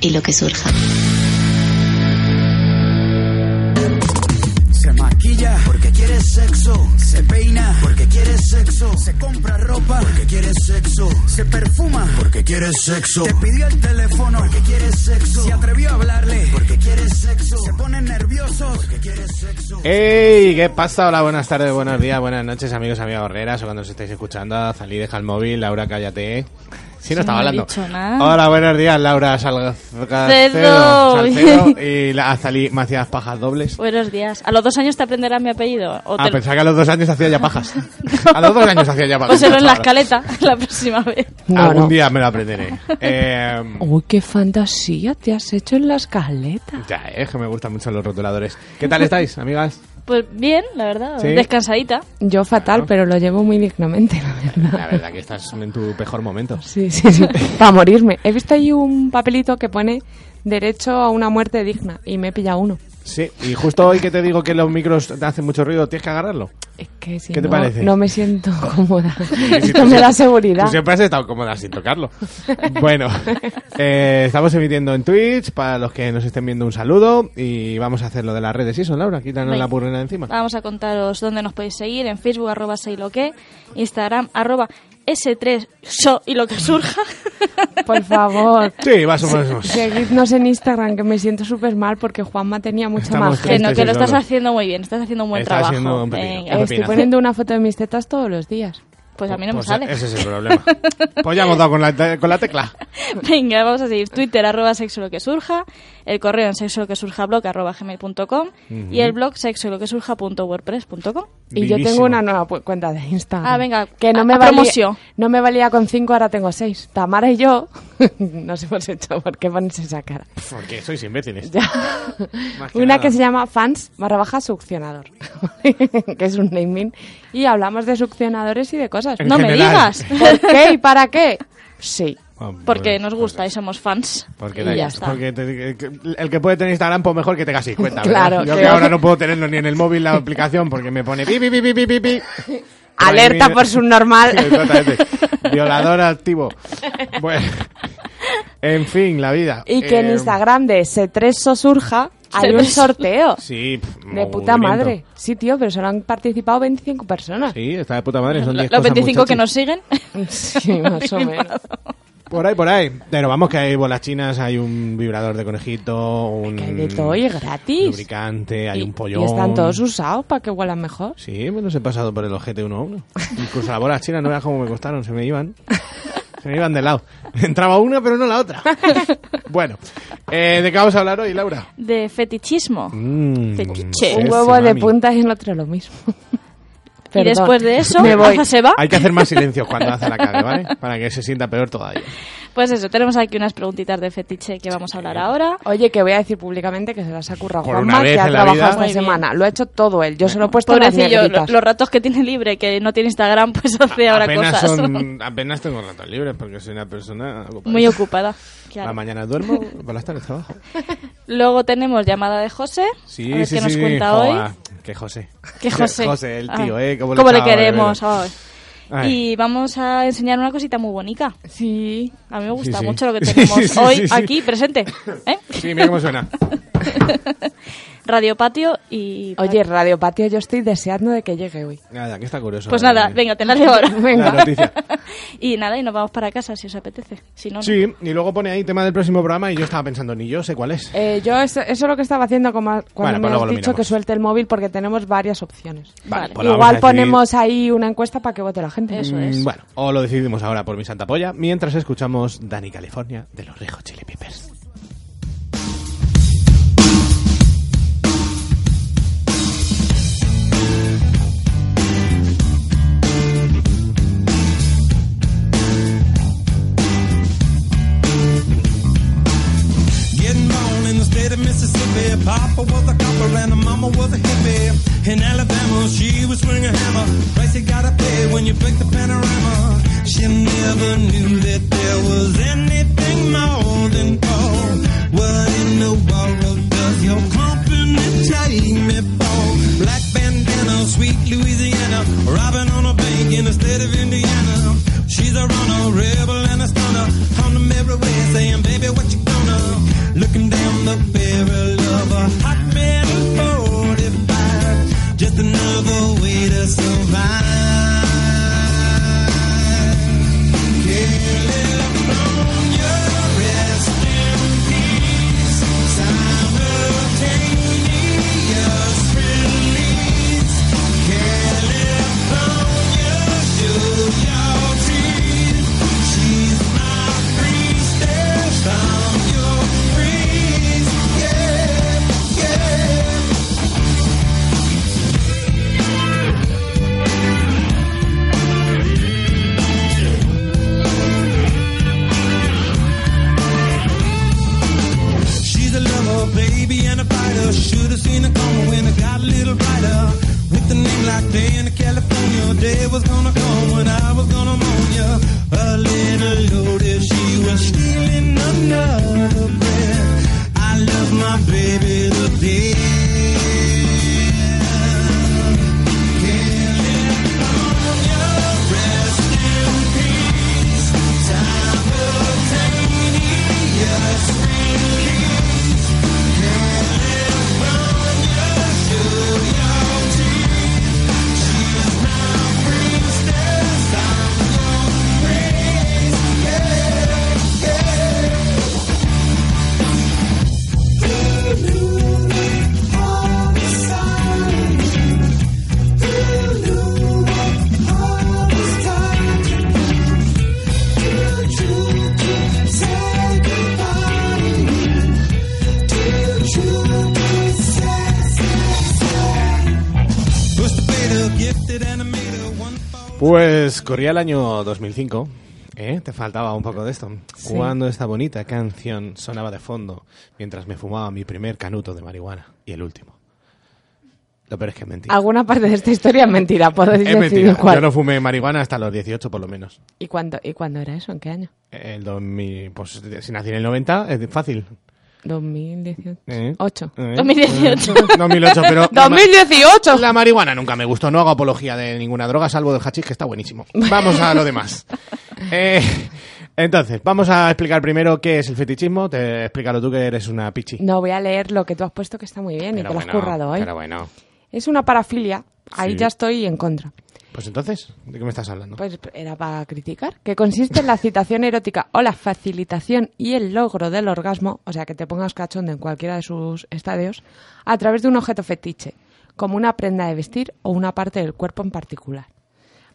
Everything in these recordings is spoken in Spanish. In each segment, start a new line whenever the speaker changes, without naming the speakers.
y lo que surja.
Se maquilla porque quiere sexo, se peina porque quiere sexo, se compra ropa porque quiere sexo, se perfuma porque quiere sexo, te pidió el teléfono porque quiere sexo, se atrevió a hablarle porque quiere sexo, se ponen nerviosos porque quiere sexo.
¡Ey! ¿Qué pasa? Hola, buenas tardes, buenos días, buenas noches, amigos, amigas horreras, o cuando os estáis escuchando, Zalí, deja el móvil, Laura, cállate. Sí,
Yo
no estaba
no he
hablando.
dicho nada.
Hola, buenos días, Laura Salga-
Cedo.
Salcedo y la- a Zalí me hacías pajas dobles.
Buenos días. ¿A los dos años te aprenderás mi apellido? ¿O,
Ah,
te...
pensaba que a los dos años hacía ya pajas. A los dos años hacía ya
o
pajas.
será Pues en la
Ahora.
escaleta la próxima vez?
Algún
Bueno.
día me lo aprenderé. Eh,
Uy, qué fantasía te has hecho en la escaleta.
ya, eh, es que me gustan mucho los rotuladores. ¿Qué tal estáis, amigas?
Pues bien, la verdad.
Sí.
Descansadita.
Yo
Ah.
fatal, pero lo llevo muy dignamente, la verdad.
La verdad que estás en tu mejor momento.
Sí, sí, sí. Para morirme. He visto ahí un papelito que pone derecho a una muerte digna y me he pillado uno.
Sí, y justo hoy que te digo que los micros te hacen mucho ruido, tienes que agarrarlo.
Es que si
¿Qué te
no,
parece?
no me siento cómoda.
Sí,
Esto
tú
me
siempre-
da seguridad.
Tú siempre has estado cómoda sin tocarlo. Bueno, eh, estamos emitiendo en Twitch. Para los que nos estén viendo, un saludo. Y vamos a hacer lo de las redes. ¿Sí son, Laura? Quítanos
Venga.
la
Ah.
burrena de encima.
Vamos a contaros dónde nos podéis seguir. En Facebook, arroba sei lo que. Instagram, arroba S3 show y lo que surja.
Por favor.
Sí, más o menos.
Seguidnos en Instagram, que me siento súper mal porque Juanma tenía mucha
Estamos
más
que
tristes.
gente.
no,
Este sí,
que lo
claro.
estás haciendo muy bien. Estás haciendo un buen
Está
trabajo.
haciendo un pepino.
Venga,
Un
Estoy
pepinazo.
poniendo una foto de mis tetas todos los días.
Pues a mí no me
Pues,
sale.
Ese es el problema. Pues ya hemos dado con la, te- con la tecla.
Venga, vamos a seguir. Twitter, arroba sexo lo que surja. El correo en sexo lo que surja blog, arroba gmail.com. Y el blog sexo lo que surja punto wordpress punto com.
Y yo
Vivísimo.
tengo una nueva pu- cuenta de Instagram.
Ah, venga,
Que no
a-
me,
a
valía,
promoción.
no me valía con cinco, ahora tengo seis. Tamara y yo nos hemos hecho por qué pones esa cara.
Porque sois imbéciles.
Ya.
Más que
Una
nada.
que se llama fans barra baja succionador, que es un naming. Y hablamos de succionadores y de cosas.
En
No me
general.
digas.
¿Por qué y para qué? Sí.
Porque
Pues,
nos
pues,
gusta y somos fans.
Porque,
Y
da-
ya está.
porque te- eh, que- el que puede tener Instagram, pues mejor que tenga 50. ¿verdad?
Claro,
Yo que
claro.
ahora no puedo tenerlo ni en el móvil la aplicación porque me pone pi, pi, pi, pi, pi, pi, pi. Por ahí
Alerta
viene-
por subnormal.
Sí, exactamente. Violador activo. Bueno. En fin, la vida.
Y que en
Eh,
Instagram de C3 surja hay un sorteo.
Sí, pff,
De puta
movimiento.
madre. Sí, tío, pero solo han participado 25 personas.
Sí, está de puta madre. Son
Los
10
25
cosas,
que
muchachos.
nos siguen.
Sí, más o menos.
Por ahí, por ahí. Pero vamos, que hay bolas chinas, hay un vibrador de conejito, un.
Que hay de todo y gratis.
lubricante, hay
Y-
un pollón.
Y están todos usados para que huelan mejor.
Sí, me los he pasado por el ojete uno a uno. Incluso las bolas chinas, no veas cómo me costaron, se me iban. Se me iban de lado. Entraba una, pero no la otra. Bueno, eh, ¿de qué vamos a hablar hoy, Laura?
De fetichismo.
Mm,
Fetiche.
Un
ese,
huevo de
mami.
punta y el otro lo mismo.
Y
Perdón.
después de eso,
me voy.
Aza se va.
Hay que hacer más silencios cuando hace la cague, ¿vale? Para que se sienta peor todavía.
Pues eso, tenemos aquí unas preguntitas de fetiche que vamos a hablar ahora.
Oye, que voy a decir públicamente que se las ha currado
Por
Juanma,
una vez
que ha
en la
trabajado
vida.
esta
Muy bien.
semana. Lo ha hecho todo él. Yo se lo he puesto las
Pobrecillo, lo-
negritas.
los ratos que tiene libre, que no tiene Instagram, pues hace ahora
apenas,
cosas.
son- apenas tengo ratos libres porque soy una persona ocupada.
Muy ocupada.
Por
claro.
la mañana duermo, por las tardes trabajo.
Luego tenemos llamada de José.
Sí,
a ver
sí,
qué nos
sí.
cuenta
Joa,
hoy.
Que José.
Que José.
José, el tío,
Ay,
¿eh? Cómo le,
cómo le
echaba de
queremos.
menos.
ay.
Ay.
Y vamos a enseñar una cosita muy bonita.
Sí.
A mí me gusta
sí.
mucho lo que
Sí,
tenemos
sí, sí,
hoy
sí, sí.
aquí presente. ¿eh?
Sí, mira cómo suena.
Radio Patio y...
Oye, Radio Patio, yo estoy deseando de que llegue hoy.
Nada, que está curioso.
Pues
la
nada,
verdad.
venga, te la leo ahora.
La noticia.
y nada, y nos vamos para casa si os apetece. Si no, no.
Sí, y luego pone ahí tema del próximo programa y yo estaba pensando, ni yo sé cuál es.
Eh, yo eso, eso es lo que estaba haciendo como a-
Bueno,
cuando
pues
me
luego
has
lo
dicho
miramos.
que suelte el móvil porque tenemos varias opciones.
Vale.
pues la vamos a
Igual
decidir.
ponemos ahí una encuesta para que vote la
Eso
gente.
Mm,
es.
Bueno, o lo decidimos ahora por mi santa polla, mientras escuchamos Dani California de los Rejo Chili Peppers.
Getting born in the state of Mississippi. Papa was a copper and her mama was a hippie. In Alabama, she was swinging a hammer. Price you gotta pay when you break the panorama. She never knew that there was anything more than gold. What in the world does your company take me for? Black bandana, sweet Louisiana. Robbing on a bank in the state of Indiana. She's a runner, rebel and a stunner. On them everywhere saying, baby, what you gonna? another barrel of a hot metal 45. Just another way to survive. Can't live from your rest in peace. Simultaneous release. Can't live from your shoes, your trees. She's my priestess from your freeze. Yeah, yeah. She's a lover, baby, and a fighter. Should've seen her coming when I got a little brighter. With a name like Dan in California, day was gonna come when I was gonna moan ya. A little loaded, she was stealing another breath. I love my baby to death. Can't let California rest in peace. Simultaneous
Pues corría el año 2005. ¿eh? Te faltaba un poco de esto.
Sí.
Cuando esta bonita canción sonaba de fondo mientras me fumaba mi primer canuto de marihuana y el último. Lo peor es que es mentira.
Alguna parte de esta historia es mentira, puedo
Es
decir
mentira.
cuál.
Yo no fumé marihuana hasta los 18 por lo menos.
¿Y, cuándo, ¿Y cuándo era eso? ¿En qué año?
El 2000, pues si nací en el 90 es fácil.
2018.
¿Eh?
Ocho.
¿Eh?
2018.
2008, pero la ma-
2018.
la marihuana nunca me gustó. No hago apología de ninguna droga, salvo del hachís, que está buenísimo. Vamos a lo demás. Eh, entonces, vamos a explicar primero qué es el fetichismo. Te explícalo tú que eres una pichi.
No voy a leer lo que tú has puesto que está muy bien y
Pero
que lo has
bueno,
currado ¿eh? hoy.
Pero bueno.
Es una parafilia. Ahí
Sí.
ya estoy en contra.
Pues entonces, ¿de qué me estás hablando?
Pues era para criticar. Que consiste en la excitación erótica o la facilitación y el logro del orgasmo, o sea, que te pongas cachondo en cualquiera de sus estadios, a través de un objeto fetiche, como una prenda de vestir o una parte del cuerpo en particular.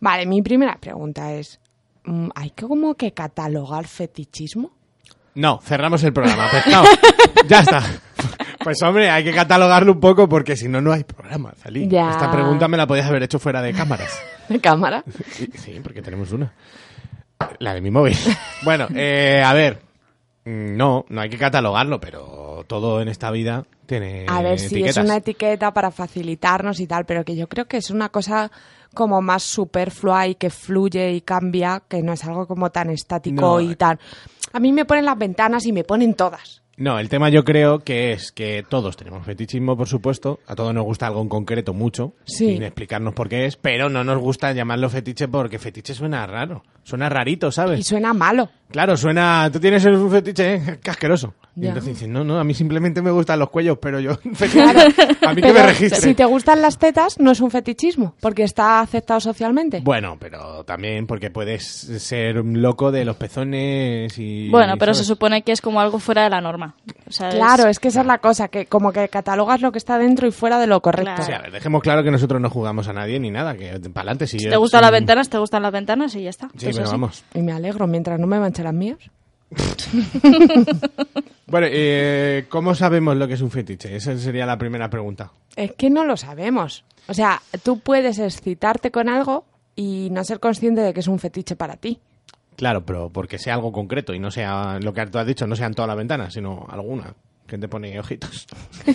Vale, mi primera pregunta es, mm, ¿hay que como que catalogar fetichismo?
No, cerramos el programa. pescado. ya está. Pues hombre, hay que catalogarlo un poco porque si no, no hay programa, Zalí.
Ya.
Esta pregunta me la podías haber hecho fuera de cámaras.
¿De cámara?
Sí, sí, porque tenemos una. La de mi móvil. Bueno, eh, a ver. Mm, No, no hay que catalogarlo, pero todo en esta vida tiene
A ver si es
etiquetas.
una etiqueta para facilitarnos y tal, pero que yo creo que es una cosa como más superflua y que fluye y cambia, que no es algo como tan estático
No. eh.
y tan... A mí me ponen las ventanas y me ponen todas.
No, el tema yo creo que es que todos tenemos fetichismo, por supuesto. A todos nos gusta algo en concreto mucho,
Sí.
sin explicarnos por qué es, pero no nos gusta llamarlo fetiche porque fetiche suena raro. Suena rarito, ¿sabes?
Y suena malo.
Claro, suena. Tú tienes un fetiche, ¿eh? Qué asqueroso. Y
Ya.
entonces dices, no, no, a mí simplemente me gustan los cuellos, pero yo.
Claro.
a mí que me
Pero
registre.
si te gustan las tetas, no es un fetichismo, porque está aceptado socialmente.
Bueno, pero también porque puedes ser un loco de los pezones y...
Bueno, pero se
¿sabes?
supone que es como algo fuera de la norma. O sea, es-
claro, es que esa es la cosa, que como que catalogas lo que está dentro y fuera de lo correcto.
O sea, a ver, dejemos claro que nosotros no jugamos a nadie ni nada, que para adelante si...
Si
yo-
te gustan
si-
las ventanas, te gustan las ventanas y ya está.
Sí,
Pues
pero
así.
vamos.
Y me alegro mientras no me manchen las mías.
Bueno, eh, ¿cómo sabemos lo que es un fetiche? Esa sería la primera pregunta.
Es que no lo sabemos. O sea, tú puedes excitarte con algo y no ser consciente de que es un fetiche para ti.
Claro, pero porque sea algo concreto y no sea lo que tú has dicho, no sean todas las ventanas, sino alguna que te pone ojitos.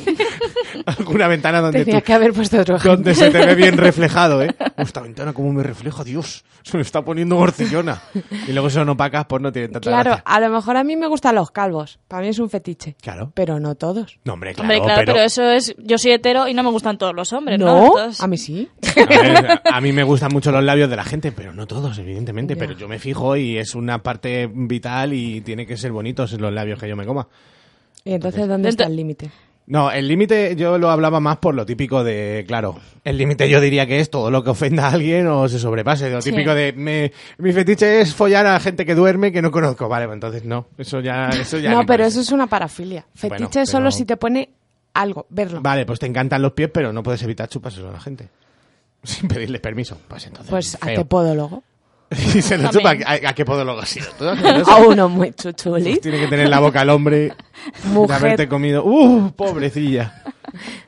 alguna ventana donde tú...
Tenías que haber puesto otro ejemplo.
donde se te ve bien reflejado, ¿eh? Esta ventana, ¿cómo me refleja? Dios, se me está poniendo morcillona. Y luego son opacas, pues no tienen tanta
Claro, ah.
gracia.
a lo mejor a mí me gustan los calvos. Para mí es un fetiche.
Claro.
Pero no todos.
No, hombre, claro,
Hombre, claro, pero...
pero...
eso es. Yo soy hetero y no me gustan todos los hombres, ¿no?
No,
Entonces-
a mí sí.
A, ver, a mí me gustan mucho los labios de la gente, pero no todos, evidentemente.
Ya.
Pero yo me fijo y es una parte vital y tiene que ser bonitos los labios que yo me coma.
Y entonces, ¿dónde está
Dentro-
el límite?
No, el límite yo lo hablaba más por lo típico de, claro, el límite yo diría que es todo lo que ofenda a alguien o se sobrepase, lo
Sí.
típico de me- mi fetiche es follar a gente que duerme que no conozco, vale, pues entonces no, eso ya, eso ya
no,
me
pero
parece.
eso es una parafilia.
Bueno,
Fetiche solo
pero-
si te pone algo, verlo.
Vale, pues te encantan los pies, pero no puedes evitar chupárselo a la gente. Sin pedirles permiso. Pues entonces.
Pues a
feo.
qué podólogo.
Y se lo chupa. ¿A, a qué podólogo ha sido? ¿Tú has oído eso? Pues
A uno muy chuchuli.
Tiene que tener la boca al hombre de
Mujer.
haberte comido. ¡Uh! Pobrecilla.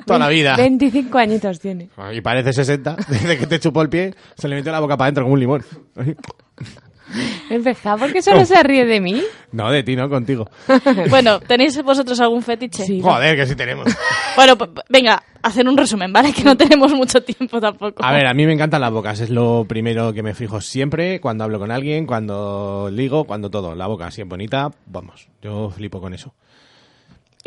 Toda la vida.
25 añitos tiene.
Y parece 60. Desde que te chupó el pie, se le metió la boca para adentro como un limón.
Es verdad, porque solo
Oh.
se ríe de mí.
No, de ti, no contigo.
Bueno, ¿tenéis vosotros algún fetiche?
Sí.
Joder, que sí tenemos.
Bueno, p- p- venga, hacer un resumen, ¿vale? Que no tenemos mucho tiempo tampoco.
A ver, a mí me encantan las bocas. Es lo primero que me fijo siempre cuando hablo con alguien, cuando ligo, cuando todo. La boca, si es bonita, vamos. Yo flipo con eso.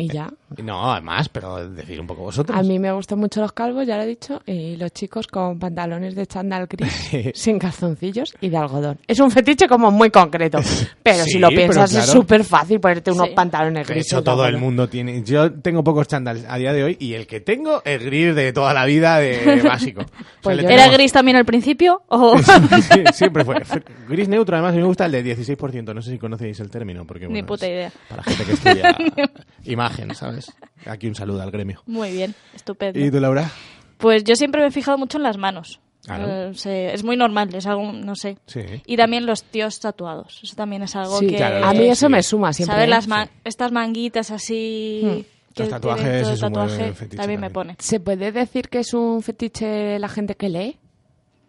Y ya.
No, además, pero decir un poco vosotros.
A mí me gustan mucho los calvos, ya lo he dicho, y los chicos con pantalones de chándal gris, sin calzoncillos y de algodón. Es un fetiche como muy concreto, pero
Sí,
si lo
pero
piensas es
claro.
súper fácil ponerte unos
Sí.
pantalones
De
grises.
hecho,
de
todo el
algodón.
mundo tiene. Yo tengo pocos chándales a día de hoy y el que tengo es gris de toda la vida de básico. O sea,
Pues
le
yo
¿Era
no.
gris también al principio? O...
tengo- Sí, siempre fue. Fue Gris neutro, además, a mí me gusta el de 16%. No sé si conocéis el término. Porque,
Ni
bueno,
puta
es
idea.
Para gente que estudia imagen, ¿sabes? Aquí un saludo al gremio.
Muy bien, estupendo.
¿Y tú, Laura?
Pues yo siempre me he fijado mucho en las manos.
Claro.
Eh, se- es muy normal, es algo, no sé.
Sí.
Y también los tíos tatuados. Eso también es algo
Sí,
que...
Claro,
a mí
eh,
eso
sí.
me suma siempre.
¿Sabes?
¿eh?
Las man- Estas manguitas
Hmm.
así... que
Los
tienen
tatuajes,
todo
es un buen
tatuaje,
fetiche
también, me
también.
pone.
¿Se puede decir que es un fetiche la gente que lee?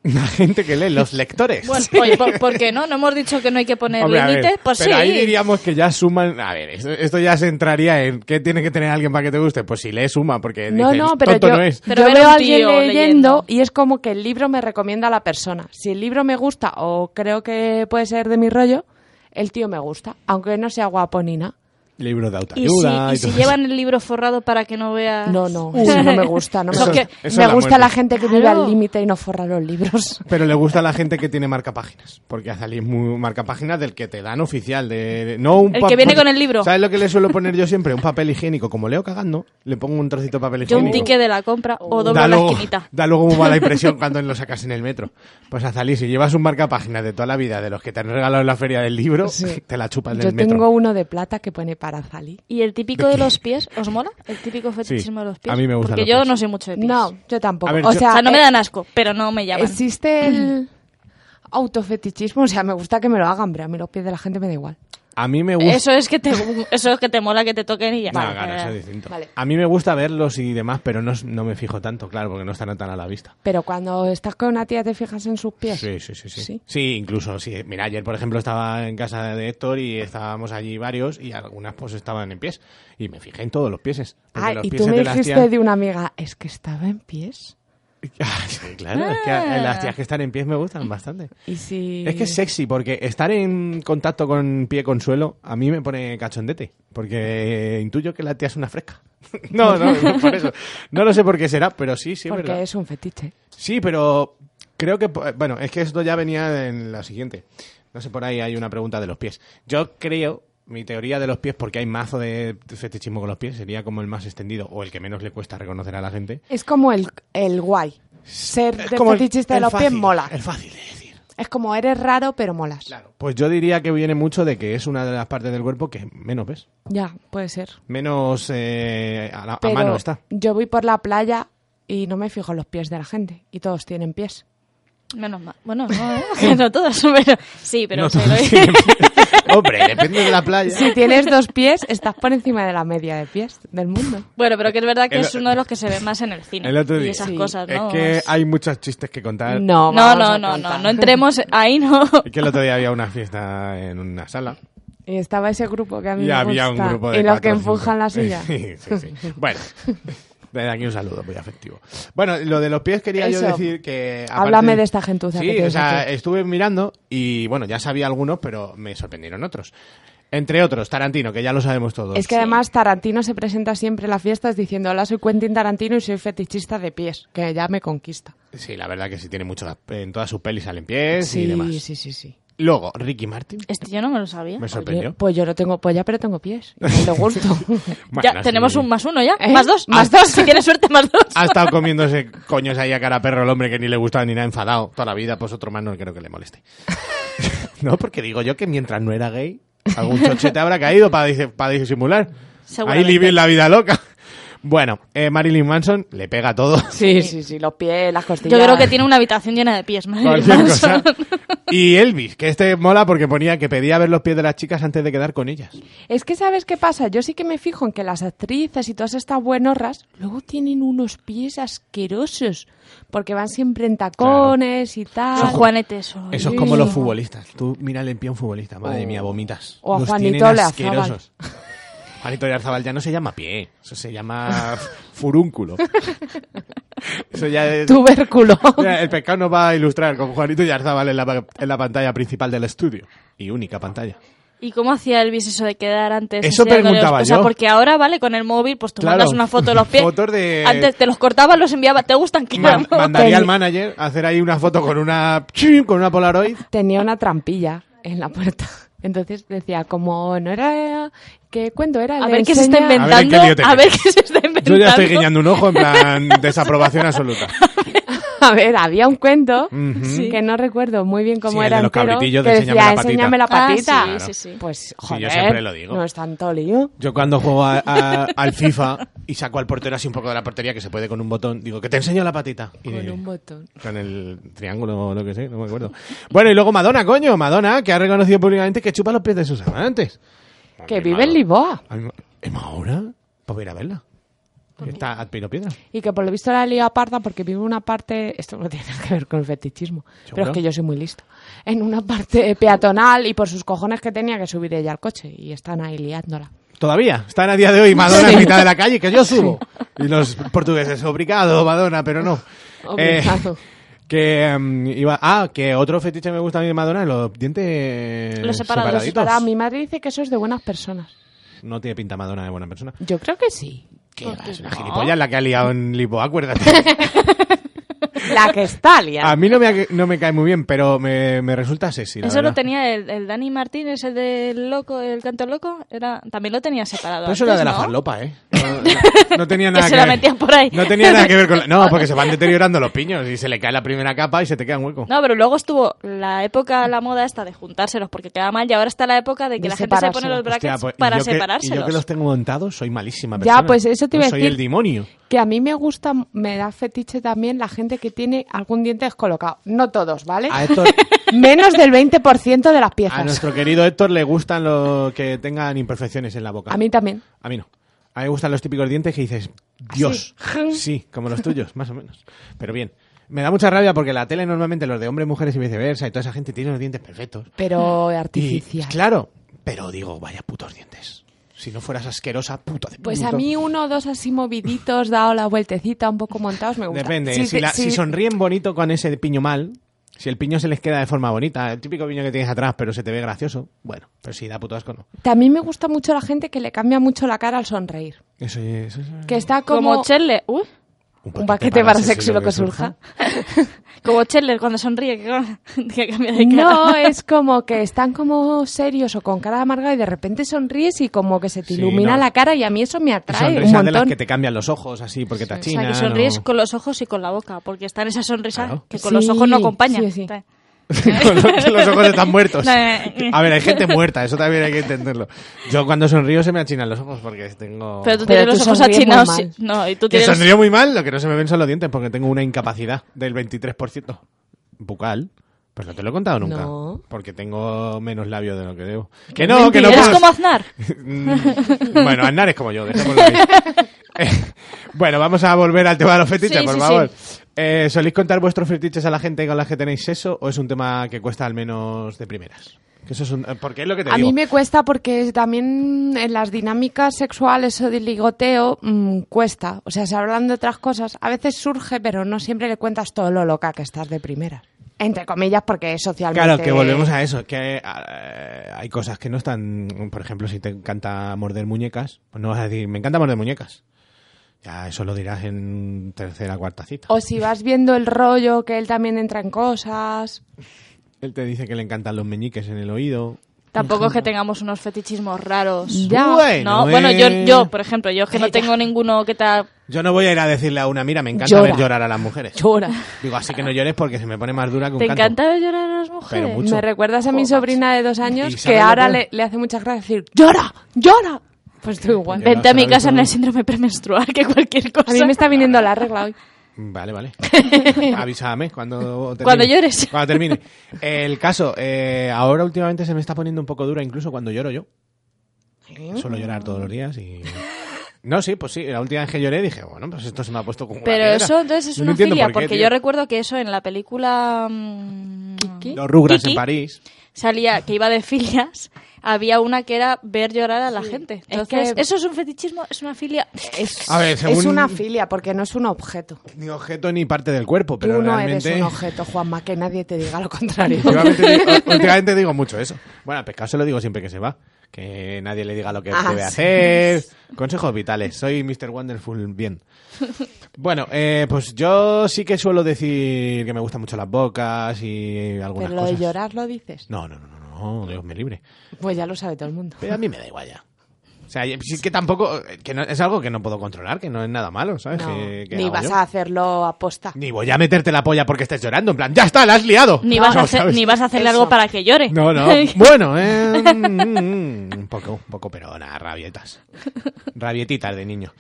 La gente que lee, los lectores.
Bueno, pues, oye, ¿por, por qué no? ¿No hemos dicho que no hay que poner
Hombre, a ver,
límites? Pues
pero
sí.
ahí diríamos que ya suman. A ver, esto, esto ya se entraría en qué tiene que tener alguien para que te guste. Pues si lee, suma, porque
No,
dices,
no, pero
tonto
yo,
no es.
yo
Pero ver a
veo
un
a alguien
tío
leyendo,
leyendo.
y es como que el libro me recomienda a la persona. Si el libro me gusta o creo que puede ser de mi rollo, el tío me gusta, aunque no sea guapo ni nada.
Libro de autoayuda.
Y si, y si
todo eso.
llevan el libro forrado para que no veas...
No, no, eso no me gusta. No me,
Eso-
porque
eso es
me
la
gusta la
muerte.
gente que vive
Claro.
al límite y no forra los libros.
Pero le gusta a la gente que tiene marca páginas, porque a salir muy marca páginas del que te dan oficial, de, de- no un
El
pa-
que viene
porque-
con el libro.
¿Sabes lo que le suelo poner yo siempre? Un papel higiénico, como leo cagando, le pongo un trocito de papel
Yo
higiénico.
un ticket de la compra o doblo
da
la
luego,
esquinita.
da luego muy mala impresión cuando lo sacas en el metro. Pues a salir, si llevas un marca páginas de toda la vida, de los que te han regalado en la feria del libro,
Sí.
te la chupas del
Yo
metro.
tengo uno de plata que pone para Zali.
¿Y el típico de los pies? ¿Os mola? ¿El típico fetichismo
Sí,
de los pies?
a mí me gustan
Porque
los
yo
pies.
no sé mucho de pies.
No, yo tampoco.
A ver,
o,
yo-
sea,
O sea, no me
eh,
dan asco, pero no me llaman.
existe el autofetichismo. O sea, me gusta que me lo hagan, pero a mí los pies de la gente me da igual.
A mí me gusta.
Eso es que te eso es que te mola que te toquen y ya. Eh,
No,
Vale,
claro,
ya,
eso es
ya.
distinto.
Vale.
A mí me gusta verlos y demás, pero no, no me fijo tanto, claro, porque no están tan a la vista.
Pero cuando estás con una tía te fijas en sus pies.
Sí, sí, sí, sí.
Sí.
Sí, incluso, sí. Mira, ayer, por ejemplo, estaba en casa de Héctor y estábamos allí varios y algunas pues estaban en pies. Y me fijé en todos los pieses. porque
Ah,
los
y tú
pieses
me
de las
dijiste
tías-
de una amiga, es que estaba en pies.
Ah, sí, claro, es que a- las tías que están en pies me gustan bastante.
Ah. Y si...
Es que es sexy, porque estar en contacto con pie con suelo a mí me pone cachondete, porque intuyo que la tía es una fresca. No, no, no, por eso. No lo sé por qué será, pero sí, sí, es
Porque
verdad.
es un fetiche.
Sí, pero creo que. po- Bueno, es que esto ya venía en la siguiente. No sé, por ahí hay una pregunta de los pies. Yo creo, mi teoría de los pies, porque hay mazo de fetichismo con los pies, sería como el más extendido o el que menos le cuesta reconocer a la gente.
Es como el, el guay. Ser
Es
de
como el-
fetichista
el
de los pies
fácil,
mola.
El fácil de decir.
Es como eres raro, pero molas.
Claro. Pues yo diría que viene mucho de que es una de las partes del cuerpo que menos ves.
Ya, puede ser.
Menos eh, a, la- a
Pero
mano está.
yo voy por la playa y no me fijo en los pies de la gente. Y todos tienen pies.
Menos mal. Bueno, no, ¿eh? no todos, pero sí, pero
No
sí,
todos
lo-
tienen pies. Hombre, depende de la playa.
Si tienes dos pies, estás por encima de la media de pies del mundo.
Bueno, pero que es verdad que
El-
es uno de los que se ve más en el cine.
El otro día.
Y esas
Sí.
cosas, ¿no?
Es que hay muchos chistes que contar.
No,
No,
vamos
no, no,
a
no,
contar.
no entremos ahí, no.
Es que el otro día había una fiesta en una sala
Y estaba ese grupo que a mí
y
me
había un
gusta.
grupo de
Y los que
cuatro o cinco.
empujan la silla.
Sí, sí, sí. Bueno, desde aquí un saludo muy afectivo. Bueno, lo de los pies quería yo
Eso.
decir que...
Háblame de esta gentuza
Sí,
que tienes
o sea,
aquí.
estuve mirando y, bueno, ya sabía algunos, pero me sorprendieron otros. Entre otros, Tarantino, que ya lo sabemos todos.
Es que además Tarantino se presenta siempre en las fiestas diciendo hola, soy Quentin Tarantino y soy fetichista de pies, que ya me conquista.
Sí, la verdad que sí tiene mucho... En todas sus pelis salen pies y
sí, Eh,
demás.
sí, sí, sí.
Luego, Ricky Martin.
Este yo no me lo sabía.
Me
Oye,
sorprendió.
pues yo no tengo polla, pero tengo pies. Y le gusto.
Bueno,
ya,
sí.
tenemos un más uno ya.
¿Eh?
Más dos, más dos. Si tienes suerte, más dos.
Ha estado comiéndose coños ahí a cara a perro el hombre que ni le gustaba ni nada enfadado toda la vida, pues otro más no creo que le moleste. no, porque digo yo que mientras no era gay, algún chochete habrá caído para dise- para disimular. Ahí
Seguramente.
vivir la vida loca. Bueno, eh, Marilyn Manson le pega todo.
sí, sí, sí, los pies, las costillas.
Yo creo que tiene una habitación llena de pies, madre
Cualquier
mía.
cosa. Y Elvis, que este mola porque ponía que pedía ver los pies de las chicas antes de quedar con ellas.
Es que, ¿sabes qué pasa? Yo sí que me fijo en que las actrices y todas estas buenorras luego tienen unos pies asquerosos. Porque van siempre en tacones y tal.
Son juanetes. ay.
Eso es como los futbolistas. Tú mira el pie a un futbolista, madre mía, vomitas.
O a
Los
Juanito
tienen
Leazábal.
asquerosos. Juanito de Arzabal ya no se llama pie, eso se llama furúnculo. Eso ya es-
Tubérculo.
Mira, el pescado nos va a ilustrar con Juanito y Arzabal en la, pa- en la pantalla principal del estudio. Y única pantalla.
¿Y cómo hacía Elvis eso de quedar antes?
Eso
así de goleos?
preguntaba
O sea,
yo.
porque ahora, ¿vale? Con el móvil, pues tú
Claro.
mandas una foto de los pies.
Fotos de-
Antes te los cortabas, los enviabas. ¿Te gustan? ¿Qué
Ma-
amo?
mandaría al manager a hacer ahí una foto con una chin, con una Polaroid.
Tenía una trampilla en la puerta. Entonces decía, como no era... ¿Qué este cuento era?
A
Le
ver qué se está
enseña-
ver en qué
inventando.
lío te
A ver
metes.
qué se está inventando.
Yo ya estoy guiñando un ojo en plan desaprobación absoluta.
A ver, había un cuento
Ujú.
Sí.
que no recuerdo muy bien
Sí,
cómo
el
era
de los
entero,
cabritillos de
que
enséñame
decía,
la patita.
enséñame la
Ah,
patita.
sí, sí, sí.
Pues,
Sí,
joder,
yo siempre lo digo.
no es tanto lío.
Yo cuando juego a- a- al FIFA y saco al portero así un poco de la portería que se puede con un botón, digo, que te enseño la patita. Y-
Con un botón.
con el triángulo o lo que sé, no me acuerdo. Bueno, y luego Madonna, coño, Madonna, que ha reconocido públicamente que chupa los pies de sus amantes.
Que vive en Lisboa.
A mí- ¿Es más ahora? Pues voy a ir a verla. Está al piro piedra.
Y que por lo visto la liga parda porque vive en una parte, esto no tiene nada que ver con el fetichismo, pero es
¿Seguro?
que yo soy muy lista, en una parte peatonal y por sus cojones que tenía que subir ella al coche y están ahí liándola.
Todavía, están a día de hoy Madonna
Sí.
en mitad de la calle, que yo subo. Y los portugueses, obrigado, Madonna, pero no. Eh,
Obrigado.
que mm, iba, ah, que otro fetiche me gusta a mí de Madonna, los dientes
Los separados, los
separaditos.
Para mi madre dice que eso es de buenas personas.
No tiene pinta Madonna de buena persona.
Yo creo que sí.
Que
¿Por qué
es una
no?
gilipollas la que ha liado en Lisboa, acuérdate.
La que está liada.
A mí no me, no me cae muy bien, pero me, me resulta sexy. la
Eso lo
verdad.
tenía el, el Dani Martín, ese del loco, el canto loco, era también lo tenía separado.
Pero eso era
antes,
de la
¿no?
farlopa, ¿eh? No, no- no tenía nada que,
Que se la
ver.
metían por ahí.
No tenía nada que ver con la... No, porque se van deteriorando los piños y se le cae la primera capa y se te queda un hueco.
No, pero luego estuvo la época, la moda esta de juntárselos porque queda mal y ahora está la época de que
De
la gente se pone
separárselos.
los brackets
Hostia, pues, y
para
yo que- y
separárselos.
yo que los tengo montados, soy malísima
Ya,
persona.
pues eso te iba
Yo
a
Soy
decir.
el demonio.
Que a mí me gusta, me da fetiche también la gente que tiene algún diente descolocado. No todos, ¿vale?
A Héctor...
Menos del 20% de las piezas.
A nuestro querido Héctor le gustan los que tengan imperfecciones en la boca.
A mí también.
A mí no. A mí me gustan los típicos dientes que dices,
¿Ah,
Dios.
Así.
Sí, como los tuyos, más o menos. Pero bien. Me da mucha rabia porque la tele normalmente, los de hombres, mujeres y viceversa, y toda esa gente tiene los dientes perfectos.
Pero
Y,
artificial.
claro, pero digo, vaya putos dientes. Si no fueras asquerosa, puta de
Pues
puto.
a mí uno o dos así moviditos, dado la vueltecita, un poco montados, me gusta.
Depende, ¿eh?
Sí,
si,
sí,
la- si
sí.
sonríen bonito con ese piño mal, si el piño se les queda de forma bonita, el típico piño que tienes atrás pero se te ve gracioso, bueno, pero si da puto asco no.
También me gusta mucho la gente que le cambia mucho la cara al sonreír.
Eso, es- eso es-
Que está como...
Como Chandler, uh, uy,
un paquete para sexo lo que surja.
como Chandler cuando sonríe, que, que cambia de cara.
No, es como que están como serios o con cara amarga y de repente sonríes y como que se te
Sí,
ilumina
no.
la cara y a mí eso me
Y
atrae un
sonrisas de las
montón.
que te cambian los ojos así porque te
O sea,
achinan.
que sonríes
o-
con los ojos y con la boca, porque están esas sonrisas
Claro.
que con los
Sí,
ojos no Eh, acompañan.
sí, sí.
con los, los ojos están muertos.
No, no, no.
A ver, hay gente muerta, eso también hay que entenderlo. Yo cuando sonrío se me achinan los ojos porque tengo...
Pero tú
Pero
tienes
tú
los ojos
sonríes muy
achinados.
mal.
sí. No, y tú
Que
tienes.
sonrío muy mal, lo que no se me ven son los dientes porque tengo una incapacidad del 23% bucal. Pues no te lo he contado nunca.
No.
Porque tengo menos labio de lo que debo. Que no, que no
Eres
puedo-
como Aznar.
Mm, bueno, Aznar es como yo, dejémoslo ahí. Eh, bueno, vamos a volver al tema de los fetiches,
Sí,
por
sí,
favor. Eh, ¿Soléis contar vuestros fetiches a la gente con la que tenéis sexo o es un tema que cuesta al menos de primeras? Que eso es un- eh, porque es lo que te
A
digo.
mí me cuesta porque también en las dinámicas sexuales o de ligoteo mm, cuesta. O sea, se hablan de otras cosas. A veces surge, pero no siempre le cuentas todo lo loca que estás de primera. Entre comillas, porque es socialmente...
Claro, que volvemos a eso, que eh, hay cosas que no están, por ejemplo, si te encanta morder muñecas, pues no vas a decir, me encanta morder muñecas. Ya eso lo dirás
Oh.
en tercera, cuarta cita.
O si vas viendo el rollo que él también entra en cosas.
Él te dice que le encantan los meñiques en el oído.
Tampoco es que tengamos unos fetichismos raros.
Ya.
No,
Bueno,
bueno, yo,
eh.
yo, por ejemplo, yo es que no tengo ninguno que tal.
Yo no voy a ir a decirle a una, mira, me encanta
Llora.
ver llorar a las mujeres.
Llora.
Digo, así que no llores porque se me pone más dura que un
¿Te
canto.
encanta ver llorar a las mujeres?
Pero mucho.
Me recuerdas a mi sobrina de dos
¿Y
años
sabes
que
lo
ahora
peor?
le, le hace muchas gracias decir ¡Llora! ¡Llora! Pues tú igual.
Llora.
Vente a mi
Claro,
casa en
claro.
el síndrome premenstrual que cualquier cosa.
A mí me está viniendo la regla hoy.
Vale, vale. Avísame cuando termine.
Cuando llores.
Cuando termine. El caso, eh, ahora últimamente se me está poniendo un poco dura incluso cuando lloro yo. Suelo llorar todos los días y... No, sí, pues sí. La última vez que lloré dije, bueno, pues esto se me ha puesto como una
Pero
piedra.
eso entonces es
No
una
entiendo
filia,
por qué,
porque
tío.
yo recuerdo que eso en la película. mm,
Los Rugrats
Kiki
en París.
Salía que iba de filias, había una que era ver llorar a la gente.
Es
Entonces,
que-
eso es un fetichismo, es una filia.
Es,
A ver, según-
es una filia porque no es un objeto.
Ni objeto ni parte del cuerpo, pero
Tú no
realmente...
eres un objeto, Juanma, que nadie te diga lo contrario.
Últimamente, digo- últimamente digo mucho eso. Bueno, a pescar se lo digo siempre que se va. Que nadie le diga lo que
Ah,
debe
sí.
hacer. Consejos vitales. Soy Mr. Wonderful bien. Bueno, eh, pues yo sí que suelo decir que me gustan mucho las bocas y algunas
Pero lo de
cosas.
llorar lo dices.
No, no, no, no, no, Dios me libre.
Pues ya lo sabe todo el mundo.
Pero a mí me da igual ya. O sea, sí que tampoco... Que no- es algo que no puedo controlar, que no es nada malo, ¿sabes?
No,
Que- que
ni
hago
vas
yo.
a hacerlo aposta.
Ni voy a meterte la polla porque estés llorando. En plan, ya está, la has liado.
Ni, vas,
No,
a hacer,
¿sabes?
ni vas a hacerle
Eso.
algo para que llore.
No, no. Bueno, eh, mm, mm, un poco, un poco, pero nada, rabietas. Rabietitas de niño.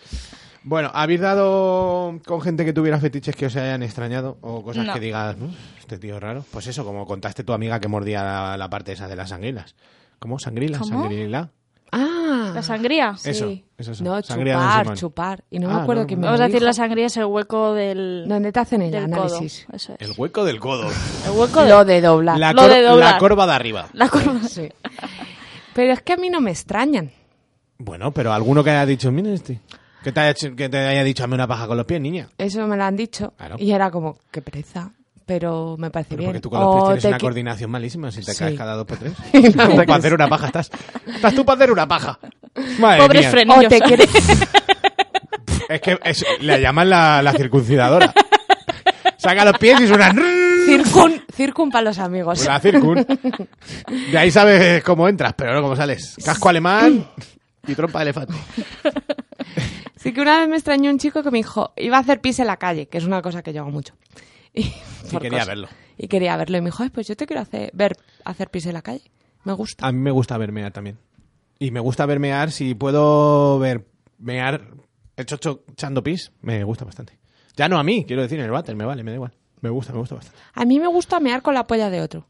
Bueno, ¿habéis dado con gente que tuviera fetiches que os hayan extrañado o cosas
No.
que digas, "Uf, este tío es raro? Pues eso, como contaste tu amiga que mordía la, la parte esa de las sangrilas. ¿Cómo? ¿Sangrila?
¿Cómo?
¿Sangrila?
Ah,
La sangría.
Sí. Eso, eso, eso.
No,
Sangría de
chupar,
Simón.
chupar. Y no
Ah,
me acuerdo
no,
quién
no.
me
Vamos
lo
a decir,
dijo.
la sangría es el hueco del.
¿Dónde te hacen el
del
análisis?
codo. Eso es.
El hueco del codo.
El hueco de-
Lo de doblar.
La,
Lo de doblar.
la corva de arriba.
la curva.
Sí. Pero es que a mí no me extrañan.
Bueno, pero alguno que haya dicho, mira este. Que te haya, hecho- que te haya dicho, hazme una paja con los pies, niña.
Eso me lo han dicho.
Claro.
Y era como, qué pereza. Pero me parece
Pero
bien.
porque tú con los pies
O
tienes
te
una
qui-
coordinación malísima si te
Sí.
caes cada dos por tres.
La
Como
verdad
para
que
hacer
sí.
una paja estás. Estás tú para hacer una paja. Madre
Pobres
mía.
frenillos.
O te quieres...
Es que es- le llaman la, la circuncidadora. Saca los pies y suena.
Circun, circun para los amigos.
La circun. De ahí sabes cómo entras, pero no cómo sales. Casco alemán y trompa de elefante.
Sí que una vez me extrañó un chico que me dijo, iba a hacer pis en la calle, que es una cosa que yo hago mucho. Y, por
quería verlo.
Y quería verlo. Y me dijo, "Ay, pues yo te quiero hacer, ver hacer pis en la calle. Me gusta.
A mí me gusta ver mear también. Y me gusta ver mear. Si puedo ver mear el chocho echando pis, me gusta bastante. Ya no a mí, quiero decir, en el váter, me vale, me da igual. Me gusta, me gusta bastante.
A mí me gusta mear con la polla de otro.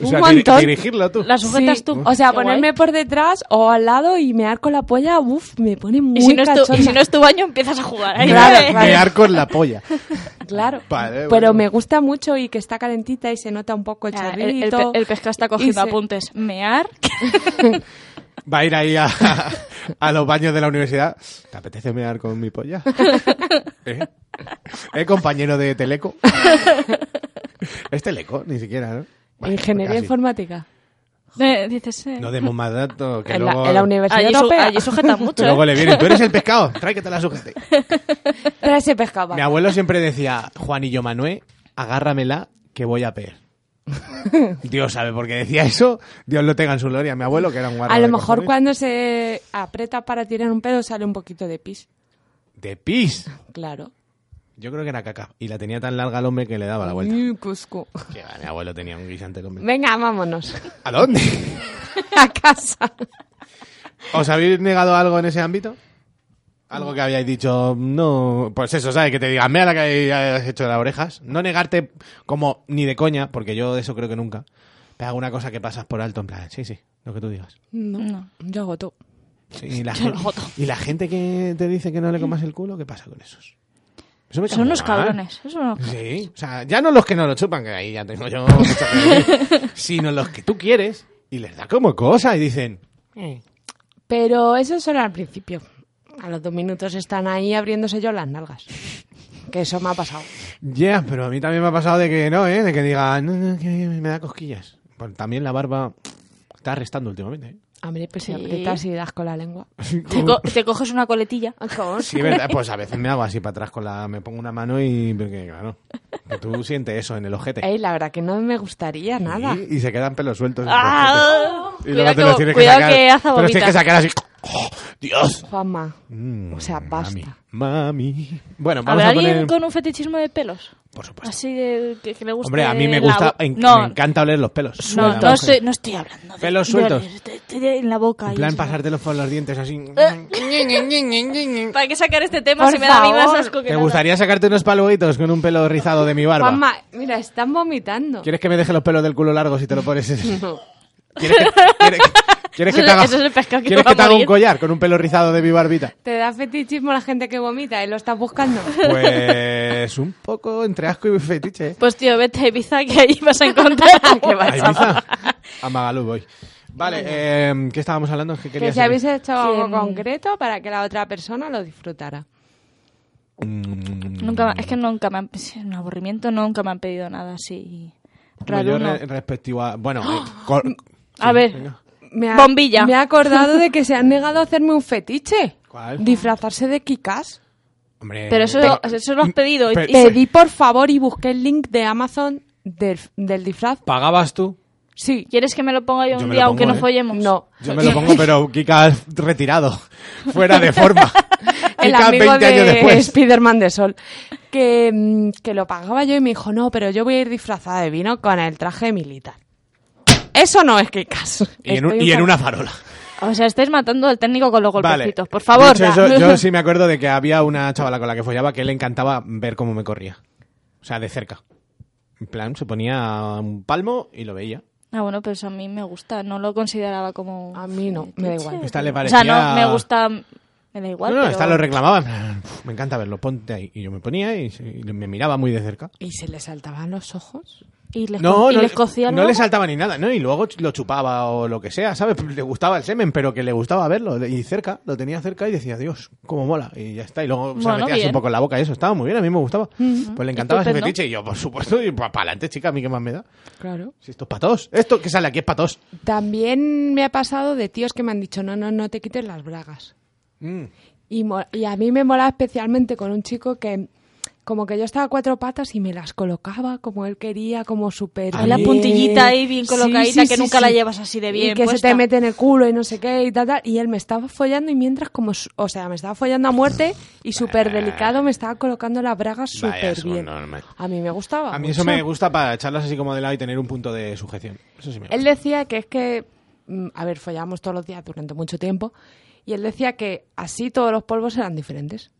O
Un
sea,
montón.
diri- dirigirlo tú.
La sujetas
Sí.
tú.
O sea,
Qué guay.
ponerme por detrás o al lado y mear con la polla, uff, me pone muy
Y si, no es tu,
cachonda.
y si no es tu baño, empiezas a jugar. ahí,
Claro,
¿eh?
claro.
Mear con la polla.
Claro.
Vale,
Pero
bueno.
me gusta mucho y que está calentita y se nota un poco el
Ah,
chorrito.
El, el pe- el pescado está
Y
cogiendo
se-
apuntes. Mear.
Va a ir ahí a, a los baños de la universidad. ¿Te apetece mear con mi polla? ¿Eh? ¿Eh, compañero de Teleco? es Teleco, ni siquiera, ¿no? Bueno,
Ingeniería
casi.
informática.
Eh, dices. eh,
No demos más datos, que
en,
luego,
la, en la Universidad
allí, su-
Europea.
allí sujetan mucho.
luego
¿eh?
le viene. Tú eres el pescado, trae que te la sujete.
Trae ese pescado. va.
Mi abuelo siempre decía, Juanillo Manuel, agárramela que voy a peer. Dios sabe por qué decía eso. Dios lo tenga en su gloria. Mi abuelo, que era un guarda
A lo
de
mejor
cojones.
cuando se aprieta para tirar un pedo sale un poquito de pis.
De pis.
Claro.
Yo creo que era caca. Y la tenía tan larga al hombre que le daba la vuelta.
Mm, cuscu.
Que va, mi abuelo tenía un guisante con
Venga, vámonos.
¿A dónde?
A casa.
¿Os habéis negado algo en ese ámbito? Algo que habíais dicho, no, pues eso, ¿sabes? Que te digan, mira la que has hecho de las orejas. No negarte como ni de coña, porque yo de eso creo que nunca. Pero alguna cosa que pasas por alto, en plan, sí, sí, lo que tú digas.
No, Yo hago todo.
Sí, y, la
Yo lo
gente,
joto.
y la gente que te dice que no le comas el culo, ¿qué pasa con esos? Eso me cae
Son unos
mal.
cabrones. Son unos cabrones.
Sí, o sea, ya no los que no lo chupan, que ahí ya tengo yo, mucho que decir, sino los que tú quieres y les da como cosa y dicen,
Pero eso solo al principio. A los dos minutos están ahí abriéndose yo las nalgas. Que eso me ha pasado.
ya, pero a mí también me ha pasado de que no, ¿eh? Pues de que digan, no, no, que me da cosquillas. Bueno, también la barba está restando últimamente. ¿eh?
Hombre, pues si
Sí.
aprietas y das con la lengua.
Te, co- te coges una coletilla.
Ah,
Sí, verdad. Pues a veces me hago así para atrás con la. Me pongo una mano y. Porque, claro. Que tú sientes eso en el ojete.
Ey, la verdad que no me gustaría Eh, nada.
Sí, Y, se quedan pelos sueltos. en el ojete.
Ah,
Y luego te
cuidado
los
que,
tienes
cuidado
que sacar.
que
te
hace
los tienes que
bobita.
sacar así. ¡Oh, ¡Dios!
Juanma,
Mm,
o sea,
mami,
basta.
Mami. Bueno, vamos
¿Habrá
a
alguien
poner.
con un fetichismo de pelos?
Por supuesto.
Así de, que, que le gusta.
Hombre, a mí me gusta. en-
no,
Me encanta oler los pelos.
no,
Sueltos.
no, estoy, no estoy hablando. de-
Pelos
de-
sueltos.
de- de- de- en la boca.
En
y
plan,
eso.
pasártelos por los dientes
Eh,
así.
¿Para qué sacar este tema
Por
si me da a mí más
favor.
asco que
¿Te
nada?
gustaría sacarte unos paluitos con un pelo rizado de mi barba?
Juanma, mira, están vomitando.
¿Quieres que me deje los pelos del culo largo si te lo pones?
No.
¿Quieres que, quieres- quieres que
Eso-
te haga,
eso es el pescado que
¿quieres
va
que
a
te haga un
morir.
collar con un pelo rizado de mi barbita?
¿Te da fetichismo la gente que vomita y lo estás buscando?
Pues un poco entre asco y fetiche. ¿eh?
Pues tío, vete a Ibiza que ahí vas a encontrar a que
A
vas a
Ibiza. A Magalú voy. Vale, eh, ¿qué estábamos hablando? ¿Qué
que
querías
si habéis
decir?
hecho algo
Sí, mm.
concreto para que la otra persona lo disfrutara.
Mm,
Nunca, me- es que nunca me han sí, un aburrimiento, nunca me han pedido nada así.
bueno,
Raro, ¡Ah! Mm,
yo re- respectivo a... Bueno, eh, cor-
A ver,
venga.
Me ha-
Bombilla.
Me he acordado de que se han negado a hacerme un fetiche.
¿Cuál?
Disfrazarse de Kikas.
hombre,
Pero eso,
tengo-
eso lo has pedido. y-
Pe-
y-
Sí.
Pedí por favor y busqué el link de Amazon del, del disfraz.
¿Pagabas tú?
Sí.
¿Quieres que me lo ponga
Yo
yo un
me lo
día aunque
pongo,
no
¿eh?
follemos?
No.
Yo me lo pongo, pero Kika retirado, fuera de forma.
El
Kika
amigo
20 años
de
después.
Spiderman de Sol. Que, mm, que lo pagaba yo y me dijo, no, pero yo voy a ir disfrazada de vino con el traje militar. Eso no es Kikas.
Y en, un- y en una farola.
O sea, estáis matando al técnico con los
Vale.
golpecitos. Por favor.
Dicho
da.
eso, yo sí me acuerdo de que había una chavala con la que follaba que le encantaba ver cómo me corría. O sea, de cerca. En plan, se ponía un palmo y lo veía.
Ah, bueno, pero eso a mí me gusta. No lo consideraba como...
A mí no, me da igual.
Esta le
O
parecía...
sea, no me gusta... Me da igual,
No, no,
pero-
esta lo reclamaba. en plan, "Uf, Me encanta verlo, ponte ahí. Y yo me ponía y, y me miraba muy de cerca.
¿Y se le saltaban los ojos?
Y les, co-
No,
y
no,
les cocía
no
luego.
le saltaba ni nada, ¿no? Y luego lo chupaba o lo que sea, ¿sabes? Le gustaba el semen, pero que le gustaba verlo. Y cerca, lo tenía cerca y decía, Dios, cómo mola. Y ya está. Y luego se
Bueno,
metía así
bien. Mm.
un poco en la boca y eso. Estaba muy bien, a mí me gustaba. Pues le encantaba ese
Estupendo.
fetiche. Y yo, por supuesto, y para adelante, chica, a mí qué más me da.
Claro.
Si esto es patos. Esto que sale aquí es patos.
También me ha pasado de tíos que me han dicho, no, no, no te quites las bragas.
Mm.
Y, mo- y a mí me molaba especialmente con un chico que como que yo estaba a cuatro patas y me las colocaba como él quería, como súper...
Ay, la
bien.
puntillita ahí bien colocadita, que nunca la llevas así de
Y
bien
que se
puesta.
te mete en el culo y no sé qué y tal, tal. Y él me estaba follando y mientras como... su- O sea, me estaba follando a muerte y súper delicado me estaba colocando las bragas
Ah. Vaya,
súper
es un
bien.
normal.
A mí me gustaba.
A mí eso
mucho.
me gusta para echarlas así como de lado y tener un punto de sujeción. Eso sí me gusta.
Él decía que es que, mm, a ver, follábamos todos los días durante mucho tiempo, y él decía que así todos los polvos eran diferentes.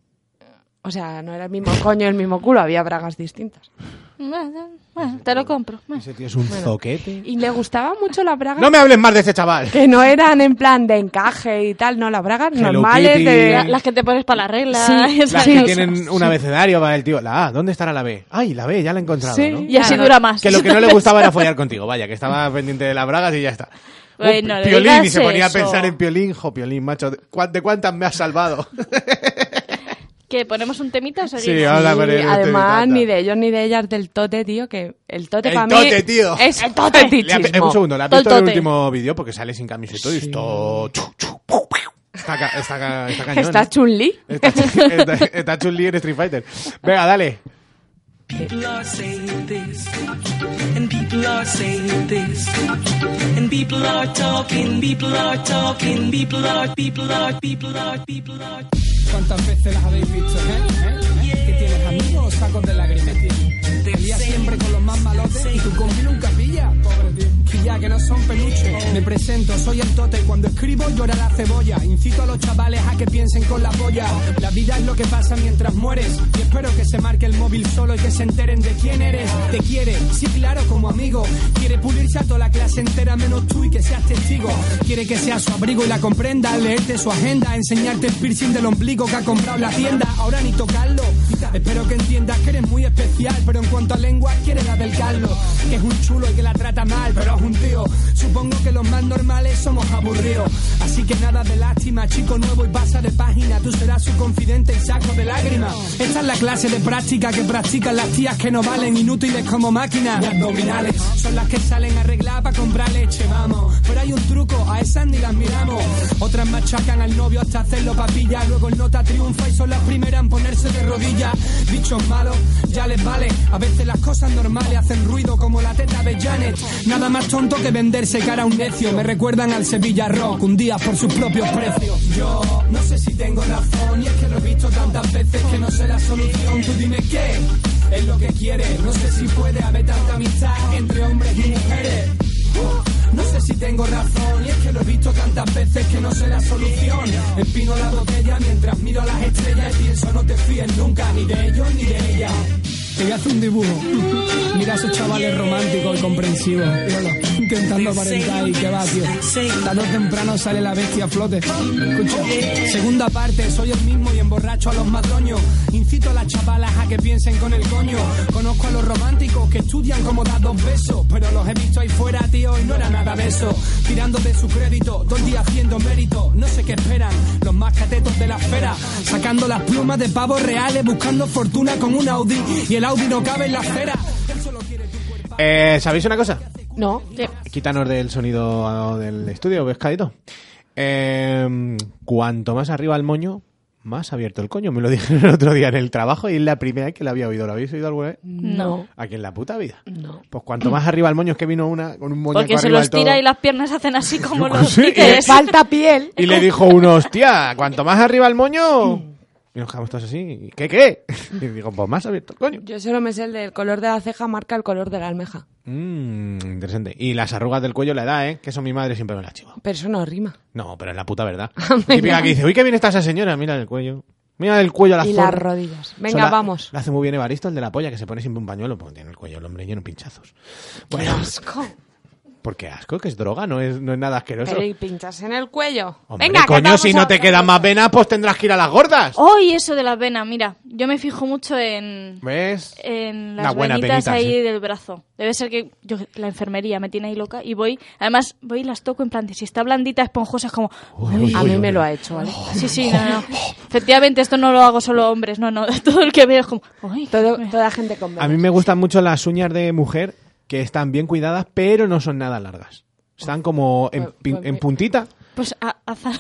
O sea, no era el mismo coño, el mismo culo, había bragas distintas.
Bueno, bueno, te lo compro. Bueno.
Ese tío es un zoquete.
Y le gustaban mucho las bragas
No me hables más de ese chaval.
que no eran en plan de encaje y tal, no, las bragas
Hello
normales
Kitty.
de...
La- las que te pones para la regla.
Sí,
esas
Las
Sí,
que
cosas.
tienen un abecedario para el tío. La A, ¿dónde estará la B? Ay, la B, ya la he encontrado,
Sí.
¿no?
Y así
Claro.
dura más.
Que lo que no le gustaba era follar contigo, vaya, que estaba pendiente de las bragas y ya está.
Bueno,
Uh,
le
Piolín,
digas
y se ponía
eso.
a pensar en Piolín, jo, Piolín, macho, ¿de cuán- de cuántas me has salvado?
¿Que ponemos un temita o seguimos?
Sí, ahora
Sí,
poner este
además,
tanta.
ni de ellos ni de ellas del tote, tío, que el tote
El
para mí
tote, tío.
es el
Le ha- eh, un segundo, ¿le has
Todo
visto el
tote.
último vídeo? Porque sale sin camisa y todo, y esto... chu, chu, pu, pu. Está, ca- está, ca- está cañón,
Está
¿eh?
chunli.
Está, está, está Chun-Li en Street Fighter. Venga, dale.
People are saying this, and people are saying this, and people are talking, people are talking, people are, people are, people are, people are.
¿Cuántas veces las habéis visto, eh? ¿Eh? ¿Eh? ¿Que tienes amigos o sacos de lágrimas, tío? Te lías siempre con los más malotes y tu combi nunca pilla, pobre tío. Pilla que no son peluches. Me presento, soy el tote. Cuando escribo llora la cebolla. Incito a los chavales a que piensen con la polla. La vida es lo que pasa mientras mueres. Y espero que se marque el móvil solo y que se enteren de quién eres. Te quiere, sí, claro, como amigo. Quiere pulirse a toda la clase entera menos tú y que seas testigo. Quiere que sea su abrigo y la comprenda, leerte su agenda, enseñarte el piercing del ombligo que ha comprado la tienda. Ahora ni tocarlo. Espero que entiendas que eres muy especial, pero en cuanto a lengua, quiere la del Carlos. Que es un chulo y que la trata mal, pero buscas un tío. Supongo que los más normales somos aburridos. Así que nada de lástima, chico nuevo y pasa de página. Tú serás su confidente y saco de lágrimas. Esta es la clase de práctica que practican las tías que no valen, inútiles como máquinas. Las abdominales son las que salen arregladas para comprar leche, vamos. Pero hay un truco, a esas ni las miramos. Otras machacan al novio hasta hacerlo papilla. Luego el nota triunfa y son las primeras en ponerse de rodillas. Bichos malos, ya les vale. A veces las cosas normales hacen ruido como la teta de Janet. Nada más tonto que venderse cara a un necio. Me recuerdan al Sevilla Rock, un día por sus propios precios. Yo no sé si tengo razón y es que lo he visto tantas veces que no sé la solución. Tú dime qué es lo que quieres. No sé si puede haber tanta amistad entre hombres y mujeres. Uh, No sé si tengo razón y es que lo he visto tantas veces que no sé la solución. Empino la botella mientras miro las estrellas y pienso no te fíes nunca ni de ellos ni de ella. Te voy a hacer un dibujo. Mira a esos chavales románticos y comprensivos. Míralo, intentando aparentar y que va, tío. Tarde o temprano sale la bestia a flote. Escucha, segunda parte, soy el mismo y emborracho a los madroños. Incito a las chavalas a que piensen con el coño. Conozco a los románticos que estudian cómo dar dos besos. Pero los he visto ahí fuera, tío, y no era nada de eso. Tirando de su crédito, todo el día haciendo mérito. No sé qué esperan, los más catetos de la esfera. Sacando las plumas de pavos reales, buscando fortuna con un Audi. Y el Audi no cabe en la acera. Él solo quiere tu cuerpo.
Eh, ¿Sabéis una cosa?
No.
Quítanos del sonido del estudio, pescadito. Eh, cuanto más arriba el moño, más abierto el coño. Me lo dijeron el otro día en el trabajo y es la primera vez que la había oído. ¿La habéis oído alguna vez?
No.
Aquí en la puta vida.
No.
Pues cuanto más arriba el moño es que vino una con un moño
Porque se los tira y las piernas hacen así como los
Sí,
Le
títeres.
falta piel.
Y le dijo uno, hostia, cuanto más arriba el
Mm.
moño... Y nos quedamos todos así. ¿Qué, qué? Y digo, pues más abierto el coño.
Yo solo me sé el del color de la ceja marca el color de la almeja.
Mm, interesante. Y las arrugas del cuello la edad, ¿eh? Que eso mi madre siempre me la chivo.
Pero eso no rima.
No, pero es la puta verdad. Típica que dice, uy, qué bien está esa señora. Mira el cuello. Mira el cuello a la
Y
zorra.
las rodillas.
Eso
Venga,
la-
vamos.
Lo hace muy bien Evaristo, el de la polla, que se pone siempre un pañuelo porque tiene el cuello el hombre lleno de pinchazos. Bueno, porque asco, que es droga, no es, no es nada asqueroso.
Pero y pincharse en el cuello.
Hombre,
Venga, que
coño,
vamos
si
a
no te
otra
quedan
cosa.
más venas, pues tendrás que ir a las gordas.
¡Oh, y eso de las venas! Mira, yo me fijo mucho en,
¿Ves?
Eh,
en
Una
las
buena
venitas
penita,
ahí
sí.
del brazo. Debe ser que yo, la enfermería me tiene ahí loca y voy, además voy y las toco en plan, de si está blandita, esponjosa, es como...
Uy, uy,
A
uy,
mí
uy,
me
uy.
lo ha hecho, ¿vale?
Sí, sí, no, no. Efectivamente, esto no lo hago solo hombres, no, no. Todo el que veo es como... ¡Ay!
Todo, toda gente con
A mí
venas.
me gustan mucho las uñas de mujer que están bien cuidadas, pero no son nada largas. Están como en,
Pues-
pin-
pues-
en puntita.
Pues a, azar.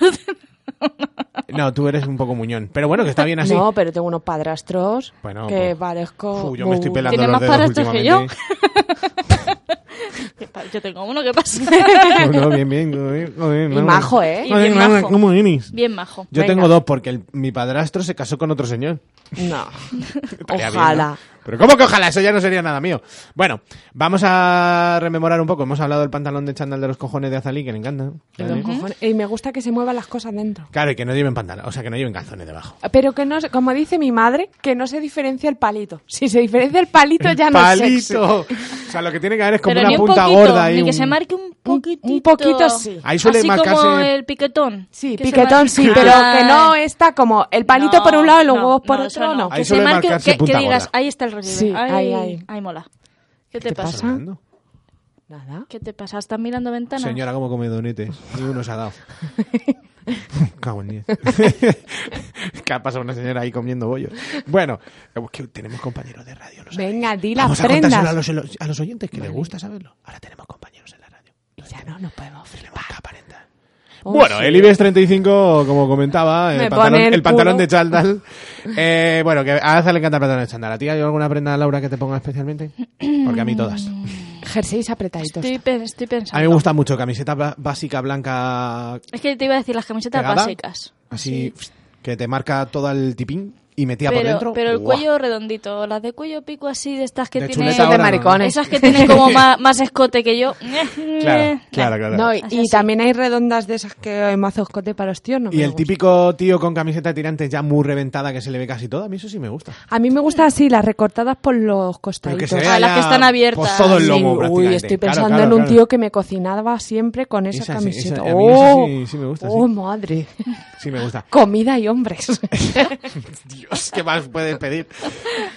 No, tú eres un poco muñón. Pero bueno, que está bien así.
No, pero tengo unos padrastros
Bueno,
que
pues-
parezco...
Fu, yo me estoy pelando
Tiene
los
más
dedos
padrastros que yo.
últimamente.
Que pa- Yo tengo uno que pasa.
No, no, bien, bien, bien, bien,
Y
bien.
majo, ¿eh?
Y bien
Ay,
majo.
¿cómo eres?
Bien majo.
Yo
Venga.
tengo dos porque el- mi padrastro se casó con otro señor.
No.
Estaría bien, ¿no?
Ojalá.
Pero ¿cómo que ojalá? Eso ya no sería nada mío. Bueno, vamos a rememorar un poco. Hemos hablado del pantalón de chándal de los cojones de Azalí, que le encanta.
Y los cojones- Y me gusta que se muevan las cosas dentro.
Claro, y que no lleven pantalón, o sea, que no lleven calzones debajo.
Pero que no, se- como dice mi madre, que no se diferencia el palito. Si se diferencia el palito ya no es sexy.
¡Palito! O sea, lo que tiene que haber es como
Pero
una
ni un
punta
poquito,
gorda. y
ni que
un-
se marque un poquitito.
un poquito sí.
Ahí suele
Así como
marcarse-
el piquetón.
Sí,
Que se
piquetón
marque-
sí, pero que no
Ay.
está como el palito
No,
por un lado y los
no,
huevos por
no, eso
otro, no.
Que
Ahí
se
suele
marque,
marcarse
que, que
punta
digas,
gorda.
ahí está el relieve.
Sí,
ahí,
ahí, ahí.
ahí mola. ¿Qué te, pasa?
Fernando.
Nada.
¿Qué te pasa? ¿Estás mirando ventanas?
Señora, como come donetes. Y uno se ha dado. Cago en diez. que ha pasado una señora ahí comiendo bollos. Bueno, es que tenemos compañeros de radio. ¿lo sabéis?
Pues, Venga, di
Vamos
las
a contárselo a
prendas.
los, a los oyentes que les gusta saberlo. Ahora tenemos compañeros en la radio.
Y ya no nos podemos flipar.
Tenemos que aparentar.
Oh,
bueno,
sí.
el IBEX 35, como comentaba, el
Me
pantalón,
pone el
el pantalón
culo.
de chándal. Eh, bueno, que a Aza le encanta el pantalón de chándal. ¿A ti hay alguna prenda, Laura, que te ponga especialmente? Porque a mí todas.
Mm, Jerseys apretaditos.
Estoy, pen-
A
estoy
mí
pensando.
me gusta mucho camiseta ba- básica blanca
Es que te iba a decir las camisetas
pegada,
básicas.
Así pf, que te marca todo el tipín y metía por
Pero,
dentro.
pero el
¡guau!
cuello redondito, las de cuello pico así, de estas que
De
tienen...
chuleta ahora no,
maricones.
Esas que tienen como más, más escote que yo.
Claro, claro, claro.
Eh, No, y,
Así,
y
así.
también hay redondas de esas que hay mazo escote para los tíos. No
Y
me
el
gusta.
típico tío con camiseta de tirantes ya muy reventada que se le ve casi toda, a mí eso sí me gusta.
A mí me gustan así, las recortadas por los
Pero que
costaditos.
se
Ah,
vea
las que
ya,
están abiertas.
Pues todo el
Sí,
lomo,
Uy,
prácticamente.
estoy
Claro,
pensando
claro,
en un
claro.
tío que me cocinaba siempre con esa,
Esa sí,
camiseta.
esa- a mí esa
¡Oh!
sí- sí me gusta,
¡Oh,
sí.
madre!
Sí, me gusta.
Comida y hombres.
Dios, ¿qué más puedes pedir?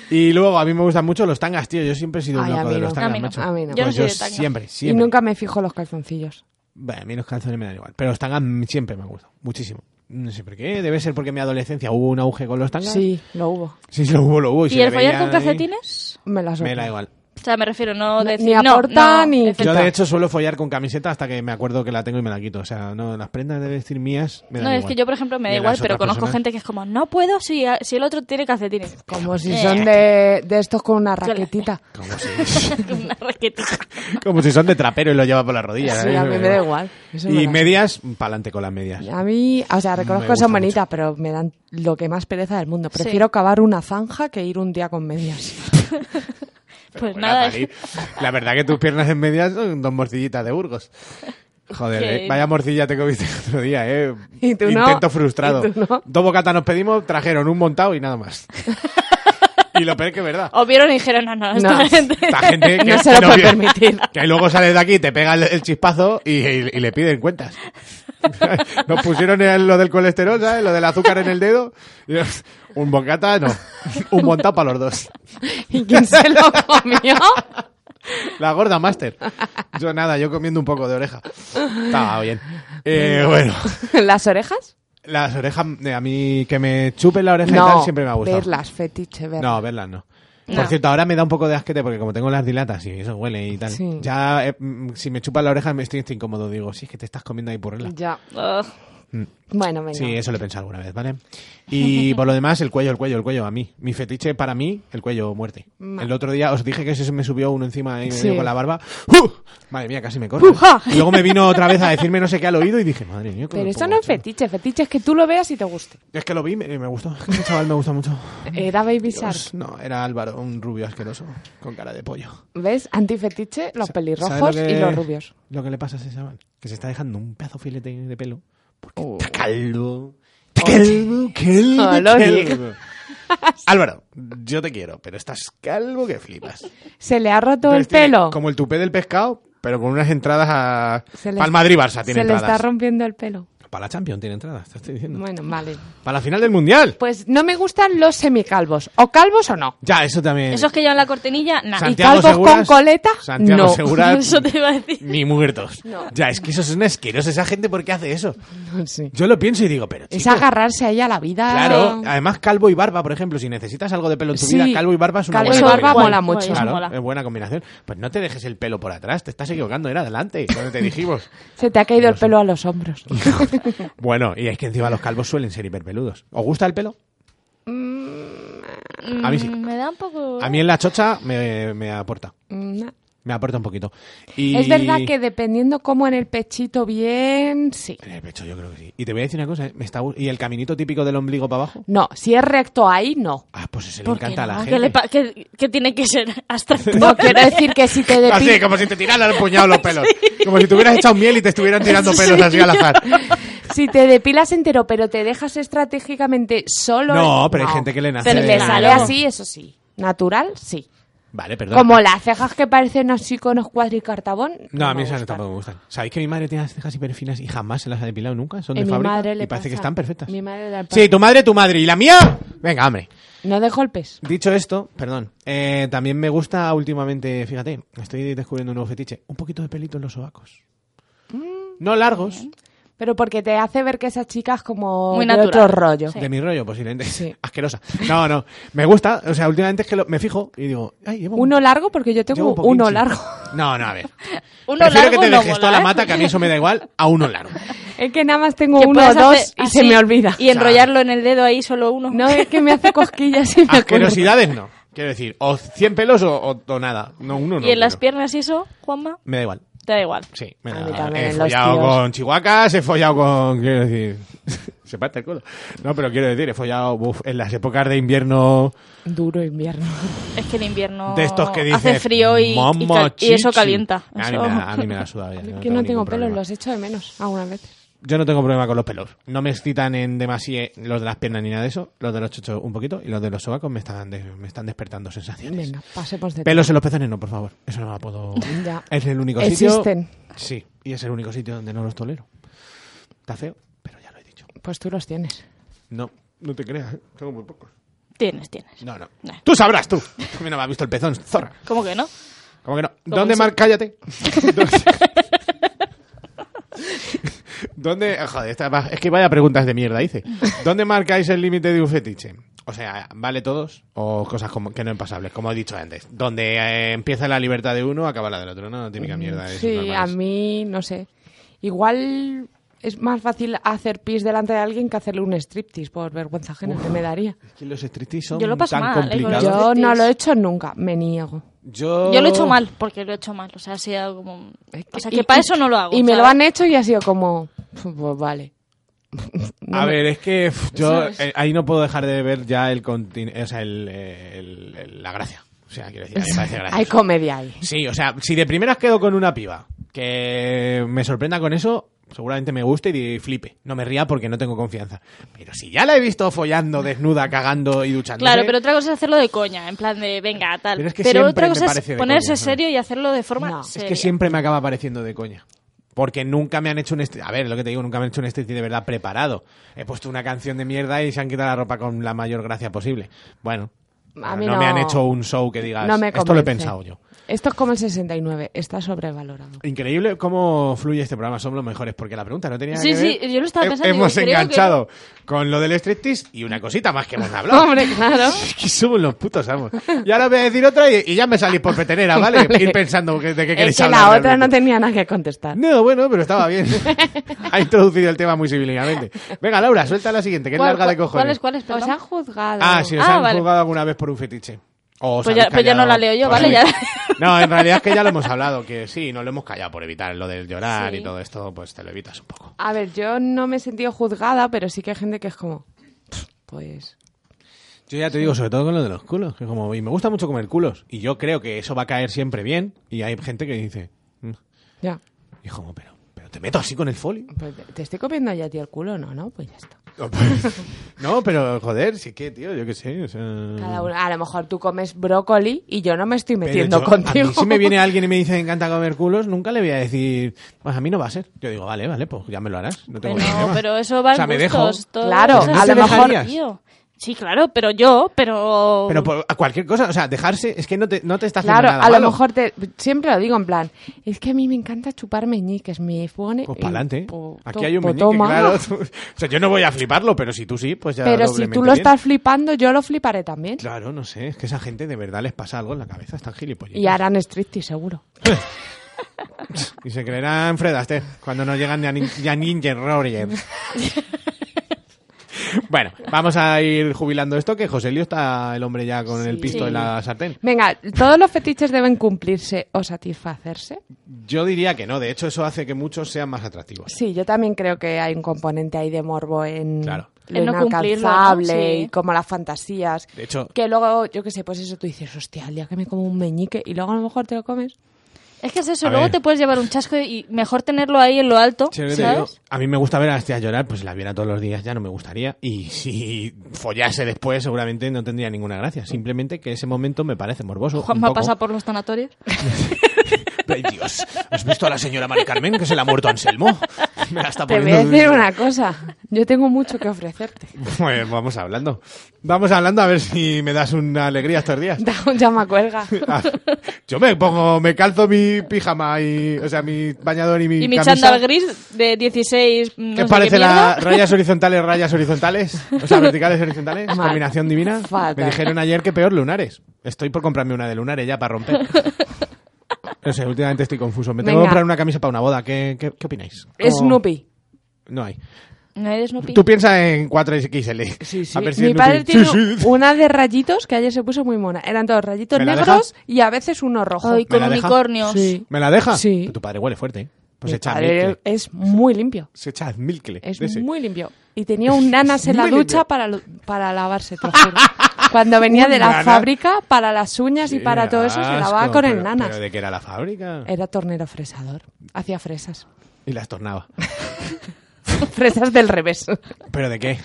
Y luego, a mí me gustan mucho los tangas, tío. Yo siempre he sido un
Ay, a
loco
mí
de
no.
los tangas,
A mí no,
macho.
a mí no.
Pues
Yo no soy de tanga.
siempre,
y
siempre.
nunca me fijo los calzoncillos.
Bueno, a mí los calzones me dan igual. Pero los tangas mm, siempre me gustan, muchísimo. No sé por qué, debe ser porque en mi adolescencia hubo un auge con los tangas.
Sí, lo hubo.
Sí, sí, lo hubo, lo hubo.
¿Y
se
el
le
follar
veía
con
ahí.
calcetines?
Me las
Me
otras.
da igual.
O sea, me refiero, no
Ni-
decir...
ni
no,
aporta,
no,
ni
etcétera.
Yo,
Quita.
de hecho, suelo follar con camiseta hasta que me acuerdo que la tengo y me la quito. O sea, no, las prendas de vestir mías me dan
No, es
igual.
que yo, por ejemplo, me
Ni
da igual,
las
pero
otras
conozco
personas.
gente que es como, no puedo si, si el otro tiene calcetines.
Como si
Eh.
son de, de estos con una raquetita.
Como si,
Una raquetita.
como si son de trapero y lo lleva por la rodilla.
Sí, a mí me da igual. Eso me
Y
da-
medias, pa'lante con las medias.
Pues A mí, o sea,
Me
reconozco que
gusta
son bonitas, pero me dan lo que más pereza del mundo. Prefiero cavar una zanja que ir un día con medias.
Pues
Bueno,
nada,
Dalí, La verdad que tus piernas en medias son dos morcillitas de Burgos. Joder,
Que-
eh, vaya morcilla te comiste el otro día, ¿eh?
Y tú no.
Intento frustrado.
Y tú no.
Dos bocatas nos pedimos, trajeron un montado y nada más. y lo peor es que es verdad.
os vieron y dijeron, no, no, esta
No.
gente...
Esta gente que
No se lo
que
puede
viene-
permitir.
Que luego sales de aquí, te pega el, el chispazo y, y- y le piden cuentas. Nos pusieron el- lo del colesterol, ¿sabes? Lo del azúcar en el dedo. Y- un bocata, no. Un montado para los dos.
¿Y quién se lo comió?
La gorda master. Yo nada, yo comiendo un poco de oreja. Estaba bien. Eh, bueno,
¿Las orejas?
las orejas, eh, a mí que me chupen la oreja y
No,
tal siempre me ha gustado.
verlas, fetiche, verlas.
No, verlas no. Por cierto, ahora me da un poco de asquete porque como tengo las dilatas y eso huele y tal.
Sí.
Ya, eh, mm, si me chupan la oreja me estoy, estoy incómodo. Digo, si es que te estás comiendo ahí purrela.
Ya.
Ugh.
Bueno, venga.
Sí, eso lo he pensado alguna vez, ¿vale? Y por lo demás, el cuello, el cuello, el cuello, a mí. Mi fetiche para mí, el cuello muerte.
Ma-
El otro día os dije que se me subió uno encima ahí
Sí.
con la barba. ¡Uh! Madre mía, casi me corre.
¡Uja!
Y luego me vino otra vez a decirme no sé qué al oído y dije, madre mía, cómo
Pero
me
eso
pongo
no es
chulo.
fetiche. Fetiche es que tú lo veas y te guste.
Es que lo vi y me, me gustó. Es que ese chaval me gusta mucho.
Era Baby Shark.
Pues, no, era Álvaro, un rubio asqueroso, con cara de pollo.
¿Ves? Antifetiche, los pelirrojos
¿Sabes lo que-
y los rubios.
Lo que le pasa a ese chaval, que se está dejando un pedazo de filete de pelo porque está calvo. Está calvo, calvo,
Oh, lo
calvo. Álvaro, yo te quiero, pero estás calvo que flipas.
¿Se le ha roto el
Entonces tiene
pelo?
Como el tupé del pescado, pero con unas entradas a...
Se le-
Para el Madrid-Barça tiene
Se le está
entradas.
rompiendo el pelo.
Para la Champions tiene entradas, te estoy diciendo.
Bueno, vale.
Para la final del Mundial.
Pues no me gustan los semicalvos. ¿O calvos o no?
Ya, eso también.
Esos que llevan la cortinilla, nada.
San- calvos con coleta?
Santiago
No.
Seguras,
Eso te iba a decir.
ni muertos. Ya, es que esos son asquerosos. Esa gente, ¿por qué hace eso?
Sí.
Yo lo pienso y digo, pero
Es
chico,
agarrarse ahí a la vida.
Claro, además calvo y barba, por ejemplo, si necesitas algo de pelo en tu
Sí,
vida, calvo y barba es una
calvo
buena
y barba
combinación.
mola
Eso
mucho.
Claro,
mola.
es buena combinación. Pues no te dejes el pelo por atrás, te estás equivocando, era adelante, cuando te dijimos.
Se te ha caído el pelo a los hombros.
bueno, y es que encima los calvos suelen ser hiperpeludos. ¿Os gusta el pelo? A mí sí.
Mm, Me da un poco...
A mí en la chocha me, me aporta,
Mm, no.
me aporta un poquito. Y...
Es verdad que dependiendo cómo en el pechito bien, sí.
En el pecho yo creo que sí. Y te voy a decir una cosa, ¿eh? me está gu- y el caminito típico del ombligo para abajo.
No, si es recto ahí, no.
Ah, pues ese le
¿Por qué
encanta a la
no?
gente.
¿Qué le pa- qué- qué tiene que ser abstracto?
No quiero decir que si te
Así,
depilas,
como si te tiraran el puñado los pelos. Como si te hubieras echado miel y te estuvieran tirando pelos así al azar.
si te depilas entero, pero te dejas estratégicamente solo.
No, pero hay gente que le nace.
Pero
Si le
Claro.
sale así, eso sí. Natural, sí.
Vale, perdón.
Como las cejas que parecen así con los cuadricartabón.
No, a mí
me
esas
gustan.
tampoco me gustan. ¿Sabéis que mi madre tiene las cejas hiper finas y jamás se las ha depilado nunca? Son de
Eh, mi
fábrica
madre le
y parece
pasa.
que están perfectas.
Mi madre le
Sí, tu madre, tu madre. ¿Y la mía? Venga, hombre.
No de golpes.
Dicho esto, perdón, eh, también me gusta últimamente, fíjate, estoy descubriendo un nuevo fetiche, un poquito de pelito en los sobacos.
Mm.
No largos,
Pero porque te hace ver que esa chica es como
Muy
de
natural.
otro rollo.
de mi rollo, posiblemente.
Sí.
Asquerosa. No, no, me gusta, o sea, últimamente es que lo- me fijo y digo, ay, llevo un-
Uno largo, porque yo
llevo
tengo
un poquinchi.
uno largo.
No, no, a ver.
Uno
Prefiero
largo
que te
no
dejes
mola,
toda la
¿eh?
mata, que a mí eso me da igual, a uno largo.
Es que nada más tengo
Que
uno o
puedas
dos
hacer
y
así
se me olvida.
Y enrollarlo en el dedo ahí solo uno.
No, es que me hace cosquillas y me acuerdo.
Asquerosidades no. Quiero decir, o 100 pelos o, o- o nada. No, uno no.
y en las
quiero.
piernas y eso, Juanma,
Me da igual.
te da igual.
Sí, me
A
da
mí
igual.
también,
He
los
follado
tíos.
con chihuahuas, he follado con. Quiero decir. se parte el culo. No, pero quiero decir, he follado uf, en las épocas de invierno
Duro invierno.
Es que en invierno
de estos que dicen.
hace frío y, y
"Mamma
cal- y eso
chichi".
calienta.
A mí
Eso-
me da, a mí me da sudado ya,
que no tengo
ningún
pelos,
problema.
los echo de menos algunas veces.
Yo no tengo problema con los pelos. No me excitan en demasía los de las piernas ni nada de eso. Los de los chochos un poquito y los de los sobacos me están, de- me están despertando sensaciones.
Venga, pasemos de
Pelos en los pezones no, por favor. Eso no lo puedo.
Ya.
Es el único sitio.
Existen.
Sí, y es el único sitio donde no los tolero. Está feo, pero ya lo he dicho.
Pues tú los tienes.
No, no te creas, ¿eh? tengo muy pocos.
Tienes, tienes.
No, no.
Nah.
Tú sabrás, tú. A mí no me has visto el pezón, zorra.
¿Cómo que no?
¿Cómo que no? ¿Dónde
se-
mar... Cállate. ¿Dónde- ¿Dónde... Joder, esta va- es que vaya preguntas de mierda hice. ¿Dónde marcáis el límite de un fetiche? O sea, ¿vale todos? ¿O cosas como que no impasables? Como he dicho antes. Donde eh, empieza la libertad de uno, acaba la del otro, ¿no? Típica
Mm,
mierda. de esos
Sí, a
normales.
mí, no sé. Igual es más fácil hacer pis delante de alguien que hacerle un striptease por vergüenza ajena que me daría.
Es que los striptease son
Yo lo paso
tan
mal, eh, con los
complicados.
Claro.
Yo no lo he hecho nunca, me niego.
Yo...
Yo lo he hecho mal, porque lo he hecho mal. O sea, ha sido como... O sea, que para eso no lo hago.
Y me lo
¿sabes?
han hecho y ha sido como, "Pf, pues vale. No
a
me-
ver, es que pf, yo
¿Sabes?
eh, ahí no puedo dejar de ver ya el, contin- o sea, el, eh, el- el- la gracia. O sea, quiero decir, a mí me parece
Hay
gracioso.
comedia ahí.
Sí, o sea, si de primeras quedo con una piba que me sorprenda con eso, seguramente me guste y di- flipe. No me ría porque no tengo confianza. Pero si ya la he visto follando, desnuda, cagando y duchándose...
Claro, pero otra cosa es hacerlo de coña, en plan de venga, tal.
¿eh? Pero es que siempre
otra
me
cosa
parece de
es ponerse
coña, ¿sabes?
serio y hacerlo de forma
No, es
Es
seria.
que siempre me acaba pareciendo de coña. Porque nunca me han hecho un... est- A ver, lo que te digo, nunca me han hecho un striptease de verdad preparado. He puesto una canción de mierda y se han quitado la ropa con la mayor gracia posible. Bueno,
A
no,
mí
me
no-
han hecho un show que digas...
No me
esto lo he
convence.
pensado yo.
Esto es como el 69, está sobrevalorado.
Increíble cómo fluye este programa, somos los mejores, porque la pregunta no tenía
Sí,
que
sí,
ver.
yo lo estaba
He-
pensando,
Hemos
digo, creo
enganchado con lo del striptease y una cosita más que hemos hablado.
Hombre, claro.
Es que somos los putos amos. Y ahora voy a decir otra y, y ya me salís por petenera, ¿vale?
Vale.
Ir pensando que- de qué queréis
Es que
hablar
la otra no
realmente.
tenía nada que contestar.
No, bueno, pero estaba bien. ha introducido el tema muy civilizadamente. Venga, Laura, suelta la siguiente, que es
¿Cuál-
larga de
cuál-
cojones.
¿Cuál es, cuál
Os
es?
han
perdón?
juzgado.
Ah, si os
Ah,
han
vale.
jugado alguna vez por un fetiche. O os
Pues ya-
habéis
pues ya no
callado.
la leo yo,
Pues
¿vale?
habéis-
Ya.
No, en realidad es que ya lo hemos hablado, que sí, no lo hemos callado por evitar lo del llorar
Sí.
y todo esto, pues te lo evitas un poco.
A ver, yo no me he sentido juzgada, pero sí que hay gente que es como, "Pff, pues...
Yo ya te digo, sobre todo con lo de los culos, que como, y me gusta mucho comer culos, y yo creo que eso va a caer siempre bien, y hay gente que dice, "Mm".
Ya,
y es como, pero, pero te meto así con el folio.
pues te- te estoy comiendo ya a ti el culo, no, no, pues ya está.
No, pero joder, sí que, tío, yo qué sé, o sea...
Cada uno- a lo mejor tú comes brócoli y yo no me estoy
Mm. Pero
metiendo
yo-
contigo.
A mí si me viene alguien y me dice me encanta comer culos, nunca le voy a decir, pues a mí no va a ser. Yo digo, vale, vale, pues ya me lo harás. No tengo
Pero,
problema.
pero eso va
O sea,
en
me dejo.
gustos, todo-
Claro,
o sea,
¿No
sí,
te
pero-
dejarías?
tío. Sí, claro, pero yo, pero...
Pero por a cualquier cosa, o sea, dejarse es que no te, no te está haciendo
Claro,
nada
a lo
malo.
mejor te, siempre lo digo en plan, es que a mí me encanta chupar meñiques, me pone...
Pues para adelante.
po-
Aquí hay un
po-
meñique,
toma.
claro. O sea, yo no voy a fliparlo, pero si tú sí, pues ya
Pero si tú
doblemente
lo
bien.
estás flipando, yo lo fliparé también.
Claro, no sé, es que esa gente de verdad les pasa algo en la cabeza, están gilipollas.
Y harán striptease, seguro.
Y se creerán Fred Astaire cuando no llegan ni a, nin- ni a Ninja Warriors. bueno, vamos a ir jubilando esto, que Joselio está el hombre ya con el pisto
Sí.
de la sartén.
Venga, ¿todos los fetiches deben cumplirse o satisfacerse?
Yo diría que no, de hecho eso hace que muchos sean más atractivos.
Sí, yo también creo que hay un componente ahí de morbo en
Claro.
lo
En no cumplirlo, ¿no?
inalcanzable
Sí.
y como las fantasías.
De hecho-
Que luego, yo qué sé, pues eso tú dices, hostia, el día que me como un meñique y luego a lo mejor te lo comes.
Es que es eso,
A
luego
ver.
te puedes llevar un chasco y mejor tenerlo ahí en lo alto,
Sí, es lo que te digo.
¿sabes?
a mí me gusta ver a las tías llorar, pues si las viera todos los días ya no me gustaría. Y si follase después seguramente no tendría ninguna gracia. Simplemente que ese momento me parece morboso. un
Juanma
poco.
pasa por los sanatorios.
Ay, Dios, ¿has visto a la señora Mari Carmen que se le ha muerto a Anselmo? Me la está
Te voy
poniendo...
a decir una cosa, yo tengo mucho que ofrecerte.
Pues vamos hablando. Vamos hablando a ver si me das una alegría estos días.
Da un llama cuelga.
Ah, Yo me pongo, me calzo mi pijama y, o sea, mi bañador y mi
Y mi
camisa.
chándal gris de 16... No
¿Qué
sé
parece
mierda.
las rayas horizontales, rayas horizontales? O sea, verticales horizontales,
Mal.
combinación divina.
Fatal.
Me dijeron ayer que peor lunares. Estoy por comprarme una de lunares ya para romper. No sé, últimamente estoy confuso. Me tengo
Venga.
que comprar una camisa para una boda. ¿Qué, qué, qué opináis?
Snoopy.
No hay.
No eres Snoopy.
Tú piensa en 4XL. A ver si
Mi
es
padre
útil.
tiene
Sí, sí.
una de rayitos que ayer se puso muy mona. Eran todos rayitos
¿Me la Pues
negros y a veces uno rojo.
Ay,
¿Me
con
la deja?
unicornios.
Sí.
¿Me la deja?
Sí.
Pero Tu padre huele fuerte. ¿eh? Pues
Mi
echa
padre
milkle.
es muy limpio.
Se echa milkle.
Es
de ese.
muy limpio. Y tenía un nanas en la
Muy
ducha
limpio.
para, lo- para lavarse, te lo juro. Cuando venía
Un
de la
nanas.
fábrica, para las uñas y
Qué
para todo eso, se lavaba
asco,
con el
pero-
nanas. Eh.
¿Pero de qué era la fábrica?
Era tornero fresador. Hacía fresas.
Y las tornaba.
fresas del revés.
¿Pero de qué?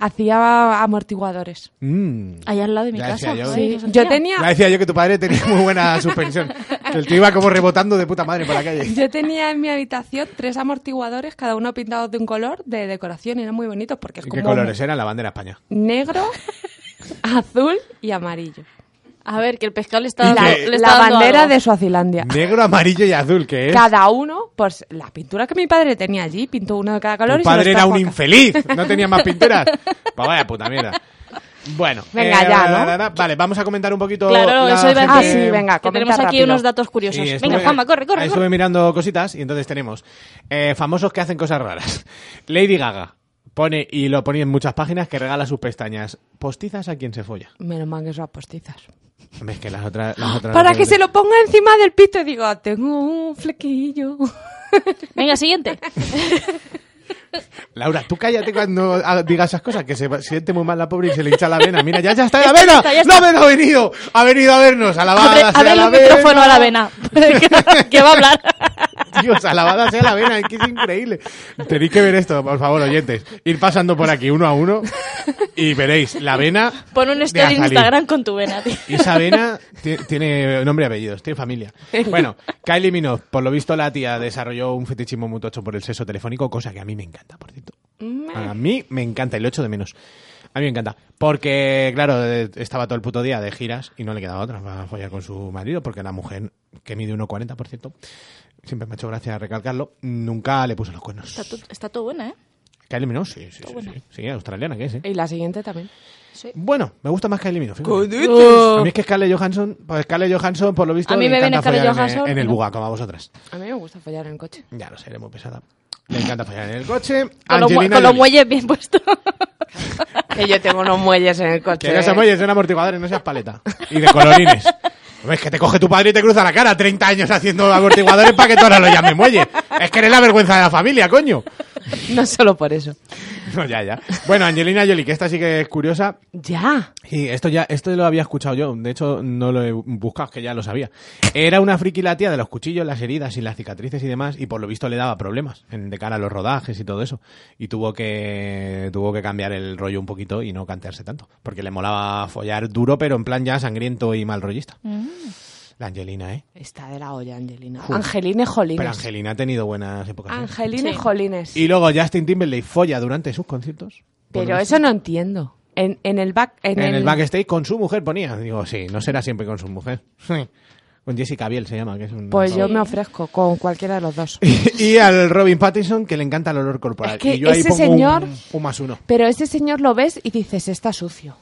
hacía amortiguadores.
Mm.
Allá al lado de mi
Ya
casa.
decía yo.
sí,
Sí.
lo
Yo
sentía.
tenía,
Ya decía yo que tu padre tenía muy buena suspensión. Que el tío iba como rebotando de puta madre por la calle.
yo tenía en mi habitación tres amortiguadores, cada uno pintados de un color de decoración y eran muy bonitos porque es
¿Y
como
qué colores eran? La bandera española.
negro, azul y amarillo.
A ver, que el pescado le está
Y
dando.
que-
le está
la
dando
bandera
algo.
de Suazilandia.
Negro, amarillo y azul, que es.
Cada uno, pues la pintura que mi padre tenía allí, pintó uno de cada color y
tu
se lo
padre era
trajo
un
acá.
infeliz. No tenía más pinturas. Pues vaya puta mierda. Bueno. eh,
Venga, ya, ¿no?
la, la, la. Vale, vamos a comentar un poquito.
Claro,
la
eso iba a
Ah,
decir.
gente-
sí, venga,
que
comenta
tenemos aquí
rápido.
unos datos curiosos.
Sí,
Venga,
estuve-
Juanma, corre, corre,
Estuve
corre.
mirando cositas y entonces tenemos eh, famosos que hacen cosas raras. Lady Gaga pone, y lo ponía en muchas páginas, que regala sus pestañas postizas a quien se folla.
Menos mal que son las postizas.
Hombre, Es que las otras... las otras
Para
no
que
tienen-
se lo ponga encima del pito y diga, tengo un flequillo.
Venga, siguiente.
Laura, tú cállate cuando ah, digas esas cosas, que se va- siente muy mal la pobre y se le hincha la vena. Mira, ya, ya está la vena.
está, ya
¡No ha venido! Ha venido Ah, a vernos.
Abre,
Alabada sea
abre
la
el
vena.
micrófono a la vena. que va a hablar.
Dios, alabada sea la vena, es que es increíble. Tenéis que ver esto, por favor, oyentes. Ir pasando por aquí uno a uno y veréis la vena.
Pon un
de
story en
Azalí.
Instagram con tu vena, tío.
Y esa vena ti- tiene nombre y apellidos, tiene familia. Bueno, Kylie Minogue, por lo visto la tía desarrolló un fetichismo mutuo por el sexo telefónico, cosa que a mí me encanta, por cierto. A mí me encanta y lo echo de menos. A mí me encanta. Porque, claro, eh, estaba todo el puto día de giras y no le quedaba otra. Va a follar con su marido porque la mujer, que mide 1,40, por cierto, siempre me ha hecho gracia recalcarlo, nunca le puso los cuernos.
Está, tu- está todo buena, ¿eh?
Kylie Minogue, sí, sí, sí, sí. Sí, australiana que es, ¿eh?
Y la siguiente también.
Bueno, me gusta más Kylie Minogue. fíjate. A mí es que Scarlett Johansson, pues Scarlett Johansson, por lo visto,
A mí
le
me viene
encanta
Scarlett
follar en-
Johansson
en, el
y no.
buga, como a vosotras.
A mí me gusta follar en el coche.
Ya lo sé, eres muy pesada. Le encanta follar en el coche.
Con, los mue-
Angelina
con los
Jolie.
muelles bien puestos.
Que yo tengo unos muelles en el coche.
Que no sean muelles, sean amortiguadores, no seas paleta. Y de colorines. Hombre, Es que te coge tu padre y te cruza la cara 30 años haciendo amortiguadores para que tú ahora lo llames muelle. Es que eres la vergüenza de la familia, coño.
No solo por eso.
No, ya, ya. Bueno, Angelina Jolie, que esta sí que es curiosa,
Ya.
Y esto ya, esto lo había escuchado yo, de hecho no lo he buscado, es que ya lo sabía. Era una friki la tía de los cuchillos, las heridas y las cicatrices y demás, y por lo visto le daba problemas en- de cara a los rodajes y todo eso. Y tuvo que, tuvo que cambiar el rollo un poquito y no cantearse tanto, porque le molaba follar duro, pero en plan ya sangriento y mal rollista. La Angelina, ¿eh?
Está de la olla, Angelina. Angelina Jolines.
Pero Angelina ha tenido buenas épocas. ¿eh?
Angelina
Sí.
Jolines.
Y luego Justin Timberlake folla durante sus conciertos. por lo
Pero
visto.
eso no entiendo. En, en el back... En,
En, el...
el
backstage con su mujer ponía. Digo, sí, no será siempre con su mujer. con Jessica Biel se llama, que es un...
Pues yo me ofrezco con cualquiera de los dos.
y al Robin Pattinson, que le encanta el olor corporal.
Es que
y yo ahí
ese
pongo un-
señor-
un, más uno.
Pero ese señor lo ves y dices, está sucio.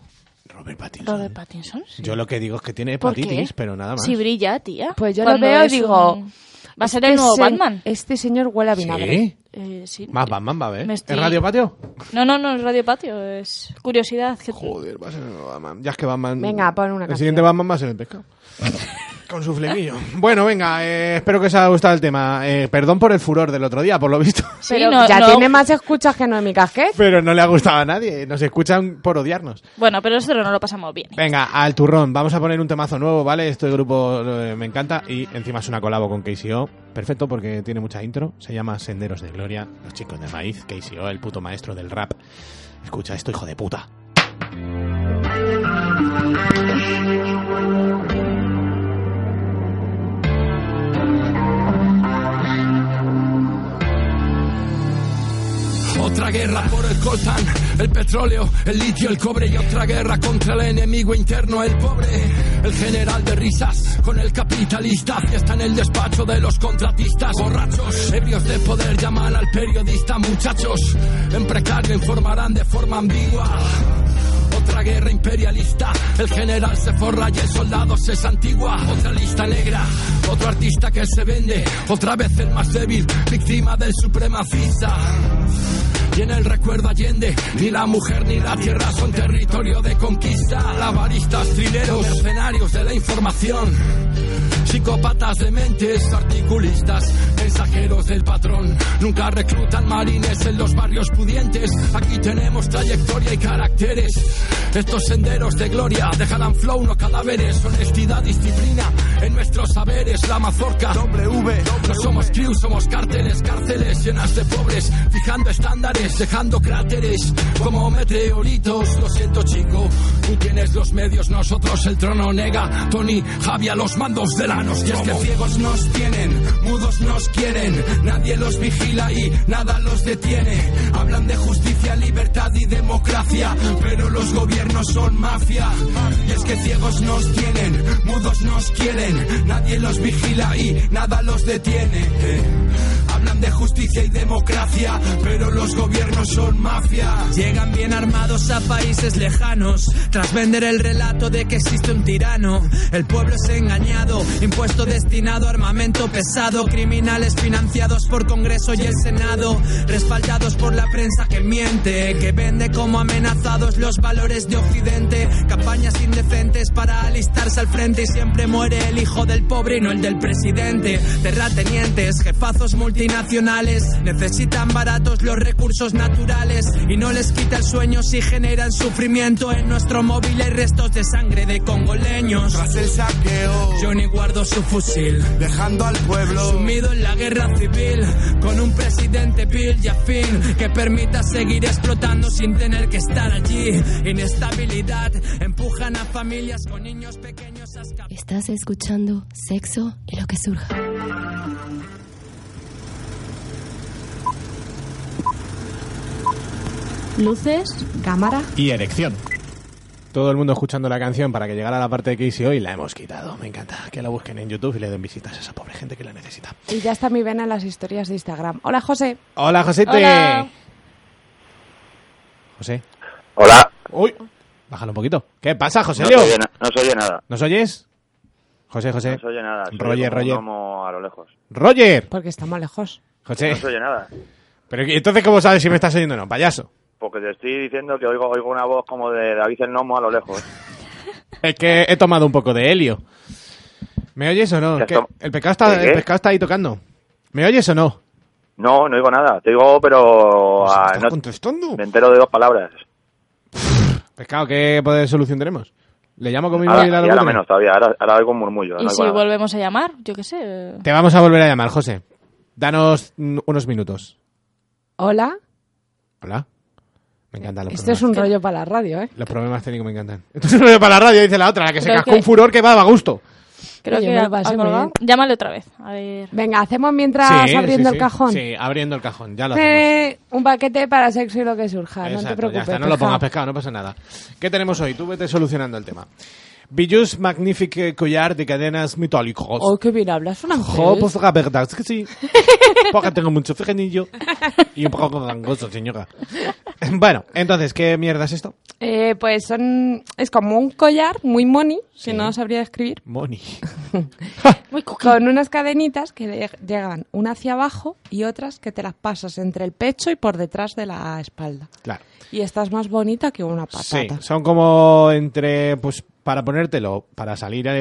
Robert Pattinson.
Robert Pattinson. sí.
Yo lo que digo es que tiene
¿Por qué?
hepatitis, pero nada más.
Si brilla, tía.
Pues yo
Cuando
lo veo y
es
digo...
un- Va a ser
este
el nuevo
se-
Batman.
Este señor huele a vinagre.
¿Sí?
Eh, sí.
Más Batman va a ver.
Me estoy-
¿En Radio Patio?
No, no, no es Radio Patio, es curiosidad. que-
Joder, va a ser el nuevo Batman. Ya es que Batman...
Venga, pon una
El
canción.
siguiente Batman va a ser el pescado. Con su flequillo. Bueno, venga, eh, espero que os haya gustado el tema. Eh, perdón por el furor del otro día, por lo visto.
Sí,
Pero
no,
ya
no.
tiene más escuchas que Noemi Casquet.
Pero no le ha gustado a nadie. Nos escuchan por odiarnos.
Bueno, pero nosotros no lo pasamos bien.
Venga, al turrón. Vamos a poner un temazo nuevo, ¿vale? Este grupo eh, me encanta. Y encima es una colabo con KCO. Perfecto, porque tiene mucha intro. Se llama Senderos de Gloria. Los chicos de maíz. KCO, el puto maestro del rap. Escucha esto, hijo de puta.
Otra guerra por el coltán, el petróleo, el litio, el cobre y otra guerra contra el enemigo interno, el pobre. El general de risas con el capitalista está en el despacho de los contratistas. Borrachos, ebrios de poder llaman al periodista. Muchachos, en precario informarán de forma ambigua. Otra guerra imperialista, el general se forra y el soldado se santigua. Otra lista negra, otro artista que se vende, otra vez el más débil, víctima del supremacista. Y en el recuerdo Allende, ni la mujer ni la tierra son territorio de conquista. Lavaristas, trileros, mercenarios de la información. Psicópatas dementes, articulistas, mensajeros del patrón. Nunca reclutan marines en los barrios pudientes. Aquí tenemos trayectoria y caracteres. Estos senderos de gloria dejarán flow, no cadáveres. Honestidad, disciplina en nuestros saberes. La mazorca, W. No somos crew, somos cárteles, cárceles llenas de pobres. Fijando estándares lunares, dejando cráteres como meteoritos. Lo siento, chico, tú tienes los medios, nosotros el trono nega. Tony, Javi a los mandos de la nos. Y es que ciegos nos tienen, mudos nos quieren, nadie los vigila y nada los detiene. Hablan de justicia, libertad y democracia, pero los gobiernos son mafia. Y es que ciegos nos tienen, mudos nos quieren, nadie los vigila y nada los detiene. Eh, Hablan de justicia y democracia, pero los gobiernos son mafia.
Llegan bien armados a países lejanos, tras vender el relato de que existe un tirano. El pueblo es engañado, impuesto destinado, a armamento pesado, criminales financiados por Congreso y el Senado, respaldados por la prensa que miente, que vende como amenazados los valores de Occidente, campañas indecentes para alistarse al frente y siempre muere el hijo del pobre y no el del presidente. Terratenientes, jefazos multinacionales, necesitan baratos los recursos naturales y no les quita el sueño si generan sufrimiento. En nuestro móvil hay restos de sangre de congoleños.
Tras el saqueo,
Johnny guardó su fusil,
dejando al pueblo
sumido en la guerra civil, con un presidente vil y afín que permita seguir explotando sin tener que estar allí. Inestabilidad empujan a familias con niños pequeños a escapar.
Estás escuchando Sexo y lo que surja.
Luces,
Cámara.
Y erección. Todo el mundo escuchando la canción para que llegara la parte de Casey hoy la hemos quitado. Me encanta que la busquen en YouTube y le den visitas a esa pobre gente que la necesita.
Y ya está mi vena en las historias de Instagram. Hola, José.
Hola, Josete.
Hola.
José.
Hola.
Uy. Bájalo un poquito. ¿Qué pasa, José
No
Leo?
se, oye, na- no se oye nada.
¿Nos oyes? José, José.
No se oye nada. se oye
Roger,
como un
Roger. Eh.
gnomo a lo lejos.
Roger.
Porque estamos lejos.
José.
No se oye nada.
Pero ¿y entonces, ¿cómo sabes si me estás oyendo o no, payaso?
Porque te estoy diciendo que oigo, oigo una voz como de David el Nomo a lo lejos.
Es que he tomado un poco de helio. ¿Me oyes o no?
Ya
¿Qué?
está.
El, pescado está,
¿Qué?
el pescado está ahí tocando. ¿Me oyes o no?
No, no oigo nada. Te digo, pero...
Pues,
ah,
¿Estás
no-
contestando?
me entero de dos palabras.
Pescado, ¿qué poder de solución tenemos? ¿Le llamo con mi
Ahora,
móvil
y
al
ahora
orden?
menos todavía. Ahora, ahora oigo un murmullo.
Y
no
si
oigo nada.
volvemos a llamar, yo qué sé. eh,
Te vamos a volver a llamar, José. Danos mm, unos minutos.
Hola.
Hola. Me encantan los
Esto
problemas.
es un rollo para la radio, ¿eh?
Los problemas técnicos me encantan. Esto es un rollo para la radio, dice la otra, la que se
Creo
cascó
que-
un furor que va a gusto.
Creo
Oye,
que
me
ha,
lo pasé
ha
muy
colgado.
bien.
Llámale otra vez. A ver.
Venga, hacemos mientras abriendo
sí,
el
sí.
cajón.
Sí, abriendo el cajón, ya lo hacemos.
Eh, un paquete para sexo y lo que surja. no
Exacto,
te preocupes.
ya está, no lo
peja.
pongas pescado, no pasa nada. ¿Qué tenemos hoy? Tú vete solucionando el tema. Bijou's Magnifique Collar de Cadenas Metálicas.
Oh, qué bien hablas francés.
Jo, pues la verdad es que sí. Porque tengo mucho frenillo y un poco gangoso, señora. Bueno, entonces, ¿qué mierda es esto?
Eh, pues son, es como un collar muy money,
Sí.
que no sabría describir,
Money.
Muy cookie.
con unas cadenitas que le- llegan una hacia abajo y otras que te las pasas entre el pecho y por detrás de la espalda.
Claro.
Y estás más bonita que una
Sí,
patata.
son como entre, pues, para ponértelo, para salir a